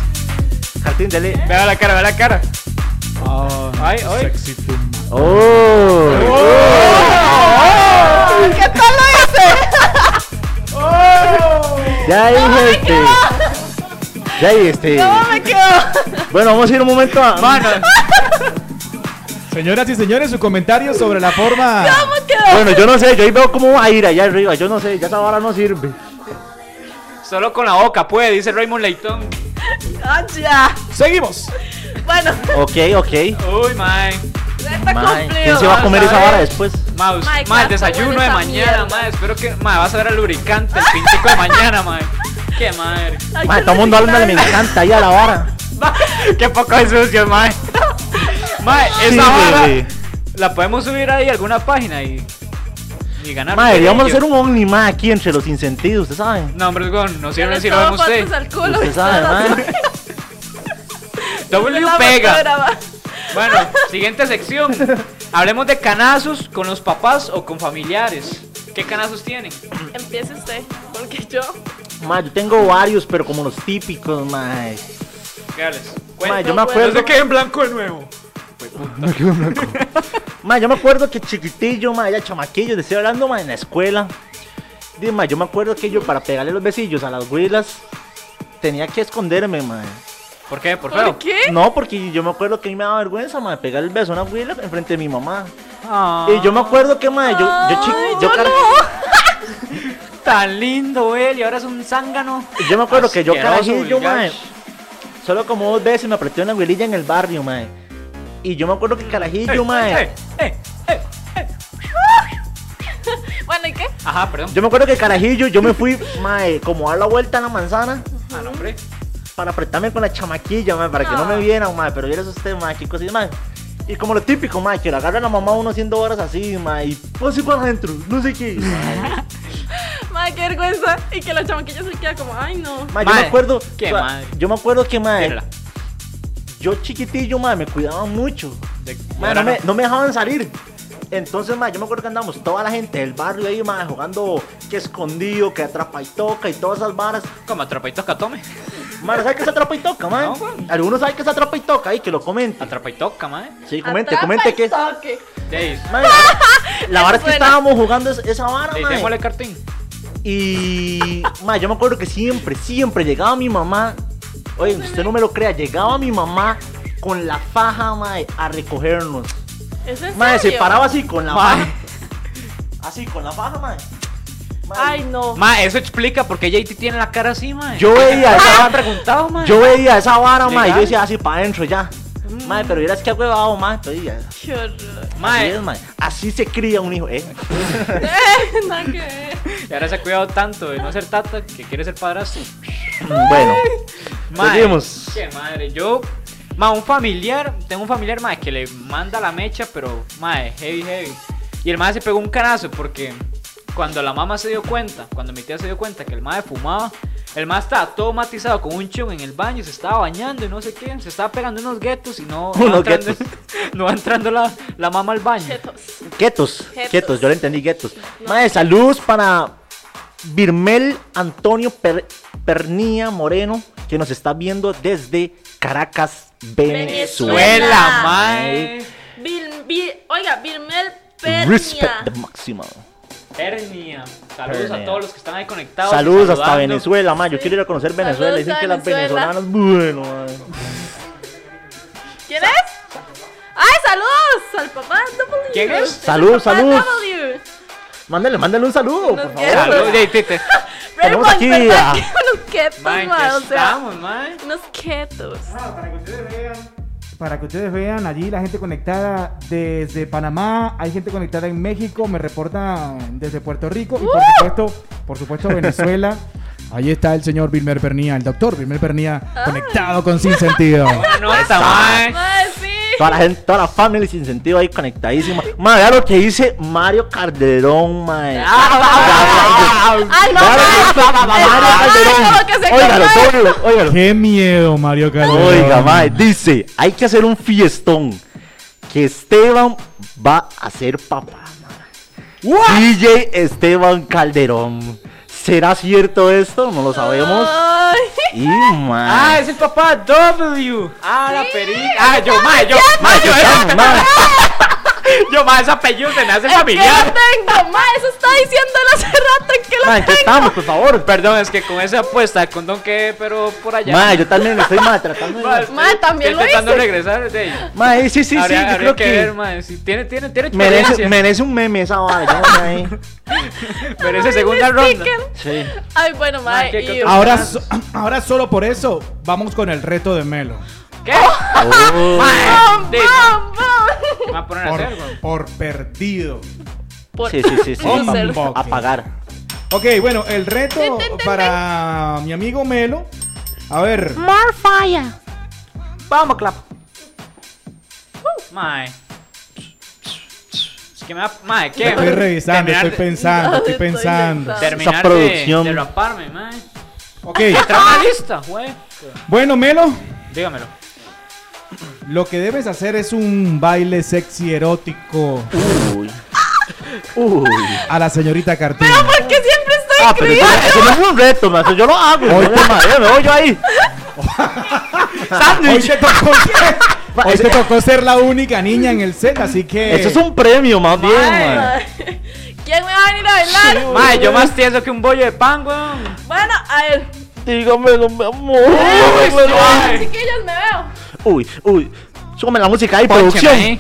Speaker 1: Cartín, dele.
Speaker 2: Vea la cara, vea la cara. Ay, ay.
Speaker 4: Sexy pluma.
Speaker 1: Oh. Oh.
Speaker 3: ¿Qué tal lo
Speaker 1: Ya dije
Speaker 3: hice?
Speaker 1: este. Ya dije este.
Speaker 3: ¿Cómo me quedó?
Speaker 1: Bueno, vamos a ir un momento a.
Speaker 2: Mano,
Speaker 4: Señoras y señores, su comentario sobre la forma.
Speaker 3: ¿Cómo me quedó?
Speaker 1: Bueno, yo no sé, yo ahí veo cómo va a ir allá arriba. Yo no sé, ya esa vara no sirve.
Speaker 2: solo con la boca puede, dice Raymond Leighton.
Speaker 3: Ah, ya.
Speaker 4: Seguimos.
Speaker 3: Bueno,
Speaker 1: Ok, ok.
Speaker 2: Uy, mae.
Speaker 3: ya está
Speaker 1: Mae,
Speaker 3: cumplido.
Speaker 1: ¿Quién se va a comer esa
Speaker 2: Vamos a
Speaker 1: vara
Speaker 2: ver.
Speaker 1: después?
Speaker 2: Mae,
Speaker 3: Mae,
Speaker 2: mae, el
Speaker 3: qué asco,
Speaker 2: desayuno
Speaker 3: huele
Speaker 2: de
Speaker 3: esa
Speaker 2: mañana,
Speaker 3: mierda.
Speaker 2: mae. Espero que. Mae, vas a ver al lubricante el pintico de mañana, mae. Qué madre.
Speaker 3: Ay,
Speaker 1: Mae,
Speaker 3: qué
Speaker 1: todo el mundo habla, me
Speaker 3: reciclaje.
Speaker 1: encanta ahí a la vara.
Speaker 2: Qué poco de sucio, mae. Mae,
Speaker 1: Sí,
Speaker 2: esa vara
Speaker 1: sí.
Speaker 2: la podemos subir ahí a alguna página y, y ganar.
Speaker 1: Mae, deberíamos
Speaker 2: premio.
Speaker 1: hacer un Only más aquí entre los insentidos, ustedes saben.
Speaker 2: No, hombre, weón, no
Speaker 3: Yo
Speaker 2: sirve
Speaker 3: le
Speaker 2: si lo
Speaker 3: tomo
Speaker 2: vemos usted.
Speaker 3: fotos al culo
Speaker 1: Usted
Speaker 3: y
Speaker 1: sabe,
Speaker 3: todo.
Speaker 1: mae.
Speaker 2: W
Speaker 3: Yo la
Speaker 2: pega.
Speaker 3: fotógrafa.
Speaker 2: Bueno, siguiente sección. Hablemos de canazos con los papás o con familiares. ¿Qué canazos tienen?
Speaker 3: Empiece usted, porque yo.
Speaker 1: Mae, yo tengo varios, pero como los típicos, mae.
Speaker 2: Reales.
Speaker 1: Mae,
Speaker 2: Cuenta.
Speaker 1: yo me
Speaker 3: bueno.
Speaker 1: acuerdo.
Speaker 2: quedé en blanco de nuevo.
Speaker 1: Ma, yo me acuerdo que chiquitillo, ma, ya chamaquillo, te estoy hablando, ma, en la escuela. Dime, ma, yo me acuerdo que yo para pegarle los besillos a las gorilas tenía que esconderme, ma.
Speaker 2: ¿Por qué? ¿Por feo?
Speaker 3: ¿Por qué?
Speaker 1: No, porque yo me acuerdo que a mí me daba vergüenza, ma, pegar el beso a una gorila enfrente de mi mamá.
Speaker 2: Ah.
Speaker 1: Y yo me acuerdo que, ma, yo, yo, chi-
Speaker 3: Ay,
Speaker 1: yo
Speaker 3: yo
Speaker 1: car-
Speaker 3: no.
Speaker 2: Ah, tan lindo él y ahora es un zángano.
Speaker 1: Yo me acuerdo que yo
Speaker 2: Asqueroso,
Speaker 1: carajillo, mae,
Speaker 2: Vilgash.
Speaker 1: solo como dos veces me apretó una abuelilla en el barrio, mae. Y yo me acuerdo que
Speaker 2: Eh,
Speaker 1: carajillo, mae.
Speaker 2: eh, eh, eh.
Speaker 3: Bueno, ¿y qué?
Speaker 2: Ajá, perdón.
Speaker 1: Yo me acuerdo que carajillo, yo me fui, mae, como a dar la vuelta a la manzana
Speaker 2: Ah, no, hombre.
Speaker 1: para apretarme con la chamaquilla, mae, para que no me vieran, mae. Pero vieras usted, mae, qué cosilla, mae. Y como lo típico, mae, que lo agarra la mamá uno haciendo horas así, mae, y pues para adentro, no sé qué. mae.
Speaker 3: Madre, qué vergüenza. Y que la chamaquilla se queda como, ay, no.
Speaker 1: Mae, yo me
Speaker 2: Mae,
Speaker 1: acuerdo,
Speaker 2: qué
Speaker 1: o sea,
Speaker 2: madre.
Speaker 1: yo me acuerdo que, mae,
Speaker 2: Mírala.
Speaker 1: yo chiquitillo, mae, me cuidaba mucho.
Speaker 2: De-
Speaker 1: Ma,
Speaker 2: ahora
Speaker 1: no, me,
Speaker 2: no.
Speaker 1: no me dejaban salir. Entonces, ma, yo me acuerdo que andamos toda la gente del barrio ahí, ma, jugando que escondido, que atrapa y toca y todas esas varas.
Speaker 2: Como atrapa y toca, tome.
Speaker 1: Ma, ¿sabes qué es atrapa y toca, ma?
Speaker 2: No, weón.
Speaker 1: Algunos saben que es atrapa y toca ahí, que lo comenten.
Speaker 2: Atrapa y toca, mae.
Speaker 1: Sí, comente,
Speaker 3: Atrapa
Speaker 1: comente
Speaker 3: y
Speaker 1: que es.
Speaker 3: toque.
Speaker 2: De
Speaker 1: Ma, la vara es que
Speaker 3: Suena.
Speaker 1: estábamos jugando es- esa vara, ma.
Speaker 2: démosle cartín.
Speaker 1: Y, ma, yo me acuerdo que siempre, siempre llegaba mi mamá. Oye, usted no me lo crea, llegaba mi mamá con la faja, ma, a recogernos.
Speaker 3: ¿Es en
Speaker 1: Madre, se
Speaker 3: serio?
Speaker 1: paraba así con la
Speaker 2: Mae.
Speaker 1: faja. Así, con la faja, madre.
Speaker 3: Ay, no.
Speaker 2: Mae, eso explica por qué JT tiene la cara así, mae.
Speaker 1: Yo veía
Speaker 2: me
Speaker 1: esa
Speaker 2: han preguntado, mae.
Speaker 1: Yo veía esa vara, madre. y Yo
Speaker 2: Legal.
Speaker 1: decía así para adentro ya.
Speaker 3: Mm.
Speaker 1: Madre, pero vieras que huevado, madre. Pero ya, así
Speaker 3: Qué horror.
Speaker 2: Mae,
Speaker 1: es, mae. Así se cría un hijo, eh.
Speaker 3: Eh, nada que ver.
Speaker 2: y ahora se ha cuidado tanto de no ser tata que quiere ser padrastro.
Speaker 1: Mm, bueno,
Speaker 2: Mae,
Speaker 1: seguimos.
Speaker 2: Qué madre, yo. Ma, un familiar, tengo un familiar, mae, que le manda la mecha, pero, mae, heavy, heavy. Y el mae se pegó un canazo porque cuando la mamá se dio cuenta, cuando mi tía se dio cuenta que el mae fumaba, el mae estaba todo matizado con un chum en el baño, se estaba bañando y no sé qué, se estaba pegando unos guetos y no, no
Speaker 1: Unos
Speaker 2: va entrando, no va entrando la, la mamá al baño.
Speaker 3: Chetos.
Speaker 1: Guetos,
Speaker 3: Guetos.
Speaker 1: guetos, yo le entendí guetos. Madre, saludos para Birmel Antonio Per- Pernía Moreno, que nos está viendo desde Caracas, Venezuela.
Speaker 3: Venezuela.
Speaker 2: Suela, mae.
Speaker 3: Vil- vi- oiga, Vilmel
Speaker 1: Respect
Speaker 3: Pernia.
Speaker 1: the máximo.
Speaker 2: Hernia. Saludos
Speaker 1: Hernia.
Speaker 2: a todos los que están ahí conectados. y
Speaker 1: Saludos hasta
Speaker 2: saludando.
Speaker 1: Venezuela, man. Yo quiero ir a conocer Venezuela.
Speaker 3: Saludos
Speaker 1: Dicen
Speaker 3: a
Speaker 1: que las
Speaker 3: Venezuela.
Speaker 1: venezolanas, bueno, man.
Speaker 3: ¿Quién es? ¡Ay, saludos! Al papá W.
Speaker 2: ¿Quién es?
Speaker 3: el
Speaker 1: Salud,
Speaker 3: papá
Speaker 1: salud.
Speaker 3: W.
Speaker 1: Mándale, mándale un saludo,
Speaker 3: Nos
Speaker 1: por favor.
Speaker 3: quiero.
Speaker 2: Saludos, JT.
Speaker 1: Tenemos
Speaker 3: Rainbow,
Speaker 1: aquí
Speaker 3: ¿verdad?
Speaker 1: a-
Speaker 3: Unos quietos,
Speaker 2: Pues, Mae, ¿en qué
Speaker 3: ma, o sea,
Speaker 2: estamos, mae.
Speaker 3: unos quietos.
Speaker 4: Ah, Para que ustedes vean- Para que ustedes vean allí la gente conectada desde Panamá, hay gente conectada en México, me reportan desde Puerto Rico y por supuesto, por supuesto Venezuela. Ahí está el señor Vilmer Pernía, el doctor Vilmer Pernía, conectado con Sin Sentido.
Speaker 2: No está Pues, mae.
Speaker 3: Mae, sí.
Speaker 1: Toda la gente, toda la familia sin sentido ahí conectadísima. Man, vea lo que dice Mario Calderón, man.
Speaker 3: Ah. Ay, no,
Speaker 1: Mario
Speaker 3: que se
Speaker 1: Calderón. Óigalo, óigalo, óigalo.
Speaker 4: ¡Qué miedo, Mario Calderón!
Speaker 1: Oiga, mae, dice, hay que hacer un fiestón. Que Esteban va a ser papá. mae. DJ Esteban Calderón. ¿Será cierto esto? No lo sabemos.
Speaker 3: Ay.
Speaker 1: Y
Speaker 2: Ah,
Speaker 1: mae.
Speaker 2: es el papá W. Ah, la perita. Ah, yo, mae, yo, mae,
Speaker 1: mae,
Speaker 2: yo,
Speaker 1: que estamos, mae.
Speaker 2: yo, mae, ese apellido se me hace
Speaker 3: Que lo
Speaker 2: familiar.
Speaker 3: tengo, ma, eso está diciéndolo hace rato que lo
Speaker 1: Mae, ¿en qué
Speaker 3: tengo.
Speaker 1: estamos, por favor.
Speaker 2: Perdón, es que con esa apuesta de condón que, pero por allá.
Speaker 1: Mae, yo también estoy mae, tratando de.
Speaker 3: Mae, también lo
Speaker 2: estoy intentando
Speaker 3: hice.
Speaker 2: regresar de ahí.
Speaker 1: Mae, sí, sí, sí,
Speaker 2: habría,
Speaker 1: yo
Speaker 2: habría
Speaker 1: creo
Speaker 2: que,
Speaker 1: que
Speaker 2: ver, mae. Si tiene, tiene, tiene
Speaker 1: merece,
Speaker 2: experiencia.
Speaker 1: merece un meme esa vara. ya, mae.
Speaker 2: Merece
Speaker 3: Ay,
Speaker 2: segunda
Speaker 3: me
Speaker 2: ronda.
Speaker 3: pican.
Speaker 1: Sí.
Speaker 3: Ay, bueno,
Speaker 2: Ma,
Speaker 3: mae.
Speaker 2: ¿qué-
Speaker 3: y-
Speaker 2: qué otro?
Speaker 1: Ah,
Speaker 4: Ahora, so- ahora solo por eso vamos con el reto de Melo.
Speaker 2: ¿Qué?
Speaker 1: Oh.
Speaker 2: Mae, de-
Speaker 3: ¡Bam, bam!
Speaker 2: me va a poner a
Speaker 4: Por,
Speaker 2: hacer, güey.
Speaker 4: por perdido.
Speaker 3: Por-
Speaker 1: Sí, sí, sí, sí.
Speaker 3: Un
Speaker 1: pa-
Speaker 2: Oh,
Speaker 3: ser.
Speaker 4: Ok.
Speaker 1: Apagar.
Speaker 4: Ok, bueno, el reto para mi amigo Melo. A ver,
Speaker 1: Vamos, clap.
Speaker 2: Mae. Es que me va. Mae, ¿qué?
Speaker 4: estoy revisando,
Speaker 2: Terminar
Speaker 4: estoy
Speaker 2: de-
Speaker 4: pensando,
Speaker 3: No,
Speaker 4: estoy
Speaker 3: estoy
Speaker 4: pensando.
Speaker 3: pensando.
Speaker 2: Terminar
Speaker 1: Esa producción.
Speaker 2: de, de raparme, mae.
Speaker 4: Ok,
Speaker 2: Trama lista, güey.
Speaker 4: bueno, Melo,
Speaker 2: Dígamelo.
Speaker 4: lo que debes hacer es un baile sexy erótico
Speaker 1: Uy. Uy.
Speaker 4: a la señorita Cartón.
Speaker 3: Porque siempre estoy
Speaker 1: Ah, pero eso,
Speaker 3: escribiendo.
Speaker 1: eso no es un reto, man. eso yo lo hago.
Speaker 4: Hoy
Speaker 1: yo me mareo, me voy yo ahí.
Speaker 4: Hoy te tocó ser,
Speaker 1: Ma,
Speaker 4: hoy
Speaker 1: ese-
Speaker 4: te tocó ser la única niña en el set, así que.
Speaker 1: Eso es un premio, más bien,
Speaker 2: Mae.
Speaker 1: man.
Speaker 3: ¿Quién me va a venir a bailar?
Speaker 2: Mae, yo más tieso que un bollo de pan, weón.
Speaker 3: Bueno, a ver.
Speaker 1: Dígamelo, mi amor.
Speaker 2: este,
Speaker 1: Dígamelo.
Speaker 2: Ay.
Speaker 3: Chiquillos, me veo.
Speaker 1: Uy, uy. Súbame la música ahí,
Speaker 2: Póncheme
Speaker 1: producción.
Speaker 2: ahí.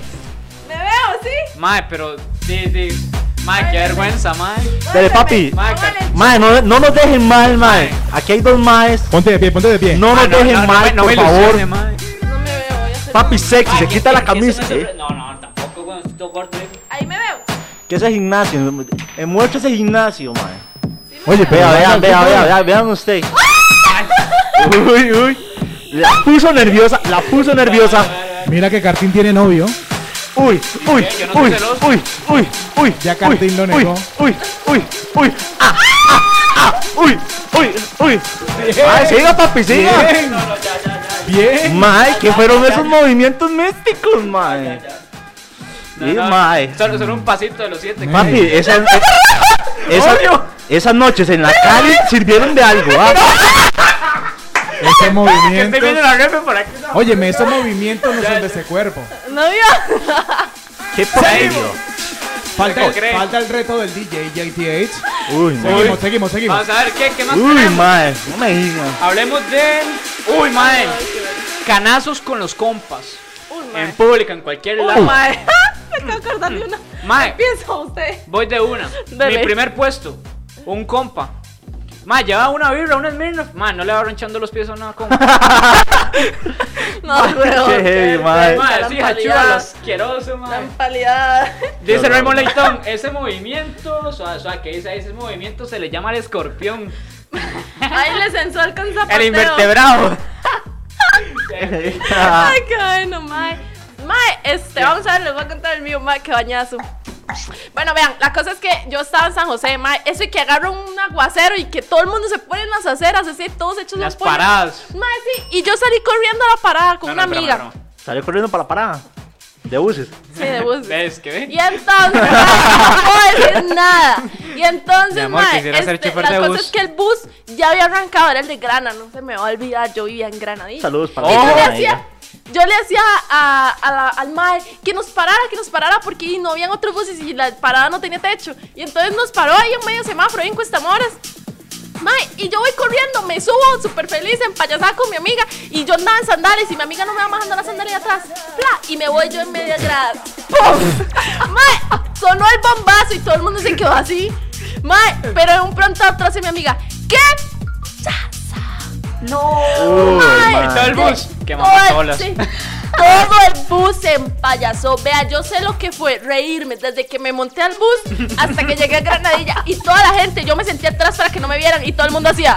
Speaker 3: Me veo, ¿sí?
Speaker 2: Mae, pero. De, de, Mae, qué vergüenza, mae.
Speaker 1: Dale, papi.
Speaker 2: Mae,
Speaker 1: Mae, no, no nos dejen mal, mae. Aquí hay dos maes.
Speaker 5: Ponte de pie, ponte de pie.
Speaker 1: No nos
Speaker 2: Ah,
Speaker 1: dejen mal,
Speaker 2: me- no
Speaker 1: por
Speaker 2: me ilusione,
Speaker 1: favor.
Speaker 2: mae.
Speaker 3: No me veo, voy a hacer-
Speaker 1: Papi sexy,
Speaker 2: Mae,
Speaker 1: se
Speaker 2: que-
Speaker 1: quita la
Speaker 2: que- que
Speaker 1: camisa.
Speaker 2: eso no es
Speaker 1: ¿eh?
Speaker 2: sobre- No, no, tampoco, weón. Estoy gordo. eh.
Speaker 3: Ahí me veo.
Speaker 1: ¿Qué es el gimnasio? Eh, Muestra ese gimnasio, mae.
Speaker 3: Sí me
Speaker 5: Oye,
Speaker 3: veo.
Speaker 1: Vea,
Speaker 5: Pero
Speaker 1: vea,
Speaker 5: vean,
Speaker 1: vea,
Speaker 5: ¿qué
Speaker 1: vea,
Speaker 5: tal?
Speaker 1: vea, vean usted.
Speaker 2: Mae,
Speaker 1: Uy, uy. La puso nerviosa, la puso nerviosa.
Speaker 5: Mira que Cartín tiene novio.
Speaker 1: Uy, uy,
Speaker 2: qué? Yo no soy
Speaker 1: uy,
Speaker 2: celoso.
Speaker 1: uy, uy, uy.
Speaker 5: Ya
Speaker 1: uy,
Speaker 5: Cartín lo
Speaker 1: uy,
Speaker 5: negó.
Speaker 1: Uy, uy, uy. Ah, ah, ah. Uy, uy, uy. Mae, siga, papi, siga.
Speaker 5: Bien. Bien.
Speaker 1: Mae, ¿qué fueron esos movimientos místicos, mae?
Speaker 2: no,
Speaker 1: Sí,
Speaker 2: no,
Speaker 1: mae.
Speaker 2: Solo, solo un pasito de los siete. que-
Speaker 1: Papi, esas, esa- esas noches en la Cali sirvieron de algo, ¿ah?
Speaker 5: Ese
Speaker 2: Que estoy viendo
Speaker 5: movimiento.
Speaker 2: la refe por aquí. no.
Speaker 5: Óyeme, esos movimientos no son de ese cuerpo.
Speaker 3: No vio.
Speaker 1: ¿Qué pasó?
Speaker 5: Falta
Speaker 2: ¿Cómo
Speaker 5: el,
Speaker 2: crees?
Speaker 5: falta el reto del DJ JTH.
Speaker 1: Uy, mae.
Speaker 5: Seguimos, seguimos, seguimos.
Speaker 2: Vamos a ver qué, qué más
Speaker 1: Uy,
Speaker 2: tenemos?
Speaker 1: mae. No me digas.
Speaker 2: Hablemos de. Uy, mae. Canazos con los compas.
Speaker 3: Uy, mae.
Speaker 2: En público, en cualquier
Speaker 3: Uy,
Speaker 2: lado.
Speaker 3: mae. Me acabo de acordar de una.
Speaker 2: Mae.
Speaker 3: Piensa usted.
Speaker 2: Voy de una.
Speaker 3: Dale.
Speaker 2: Mi primer puesto. Un compa. Mae, llevaba una birra, una Smirnoff. Mae, no le va ronchando los pies a una compa.
Speaker 3: No, weón.
Speaker 1: Qué heavy, mae.
Speaker 2: Mae, sí, hachuda,
Speaker 3: palidad.
Speaker 2: asqueroso,
Speaker 3: La
Speaker 2: mae.
Speaker 3: empalidad.
Speaker 2: Dice
Speaker 1: Qué horror.
Speaker 2: Raymond Leitón, ese movimiento, suave, suave, que dice ahí, ese movimiento se le llama el escorpión.
Speaker 3: Ahí le sensual con zapateo.
Speaker 2: El invertebrado.
Speaker 3: Ay, qué bueno, mae. Mae, este, vamos a ver, les voy a contar el mío, mae, qué bañazo. Bueno, vean, la cosa es que yo estaba en San José, mae, eso y que agarro un aguacero y que todo el mundo se pone en las aceras, así, todos hechos
Speaker 2: Las
Speaker 3: los pollos.
Speaker 2: paradas.
Speaker 3: Mae, sí, y yo salí corriendo a la parada con
Speaker 2: No, no,
Speaker 3: una
Speaker 2: espérame,
Speaker 3: amiga.
Speaker 2: no.
Speaker 1: Salió corriendo para la parada. De buses.
Speaker 3: Sí, de bus.
Speaker 2: ¿Ves que ve?
Speaker 3: Y entonces, no puedo decir nada. Y
Speaker 2: Mi
Speaker 3: entonces,
Speaker 2: amor,
Speaker 3: mae,
Speaker 2: quisiera ser
Speaker 3: este,
Speaker 2: chofer
Speaker 3: la
Speaker 2: de
Speaker 3: cosa
Speaker 2: bus.
Speaker 3: es que el bus ya había arrancado, era el de Grana, no se me va a olvidar, yo vivía en Granadilla.
Speaker 1: Saludos para
Speaker 2: Oh.
Speaker 3: yo le
Speaker 1: la
Speaker 3: hacía, yo le hacía a- a la- al mae que nos parara, que nos parara porque no habían otros buses y la parada no tenía techo. Y entonces nos paró ahí en medio semáforo, ahí en Cuestamoras. Mae, y yo voy corriendo, me subo súper feliz, empayasada con mi amiga. Y yo andaba en sandales y mi amiga no me va bajando las sandalias atrás. Pla, y me voy yo en media grada. ¡Pum! Mae, sonó el bombazo y todo el mundo se quedó así. Mae, pero de un pronto atrás de mi amiga. ¿Qué?
Speaker 1: Uy,
Speaker 3: Mae,
Speaker 1: mae.
Speaker 2: Todo el
Speaker 3: de-
Speaker 2: bus. Que
Speaker 3: todo el-
Speaker 2: mamazolas.
Speaker 3: sí, todo el bus se empayasó. Vea, yo sé lo que fue reírme desde que me monté al bus hasta que llegué a Granadilla. Y toda la gente, yo me senté atrás para que no me vieran y todo el mundo hacía.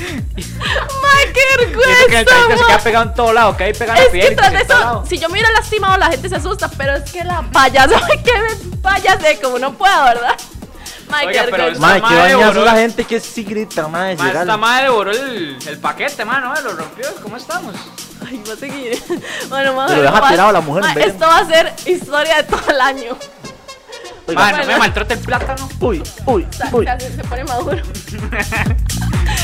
Speaker 3: ¡Mae, qué
Speaker 2: Dice que el
Speaker 3: vergüenza!
Speaker 2: taxista se queda
Speaker 3: mae!
Speaker 2: pegado en todo lado, que ahí pegado en
Speaker 3: Pues, Es
Speaker 2: la
Speaker 3: que
Speaker 2: piedra.
Speaker 3: tras de eso, si yo me hubiera lastimado, la gente se asusta, pero es que la payasa, que me payasé como no puedo, ¿verdad? Mae, qué
Speaker 2: Oiga, pero
Speaker 3: vergüenza.
Speaker 1: Mae, qué
Speaker 2: Madre,
Speaker 1: bañazo
Speaker 2: bro.
Speaker 1: la gente que sí grita, mae. si
Speaker 2: Esta
Speaker 1: real.
Speaker 2: madre devoró el, el paquete, mano, ¿eh? lo rompió. ¿Cómo estamos?
Speaker 3: Ay, va a seguir. Bueno, vamos a
Speaker 1: Pero
Speaker 3: ver
Speaker 1: deja
Speaker 3: cómo va-
Speaker 1: tirado a la mujer,
Speaker 3: Ma,
Speaker 1: ven.
Speaker 3: Esto va a ser historia de todo el año.
Speaker 1: Oiga,
Speaker 2: Madre, no
Speaker 3: bueno.
Speaker 2: me maltrate el plátano.
Speaker 1: Uy, uy,
Speaker 3: O sea,
Speaker 1: uy.
Speaker 3: se, hace- se pone maduro.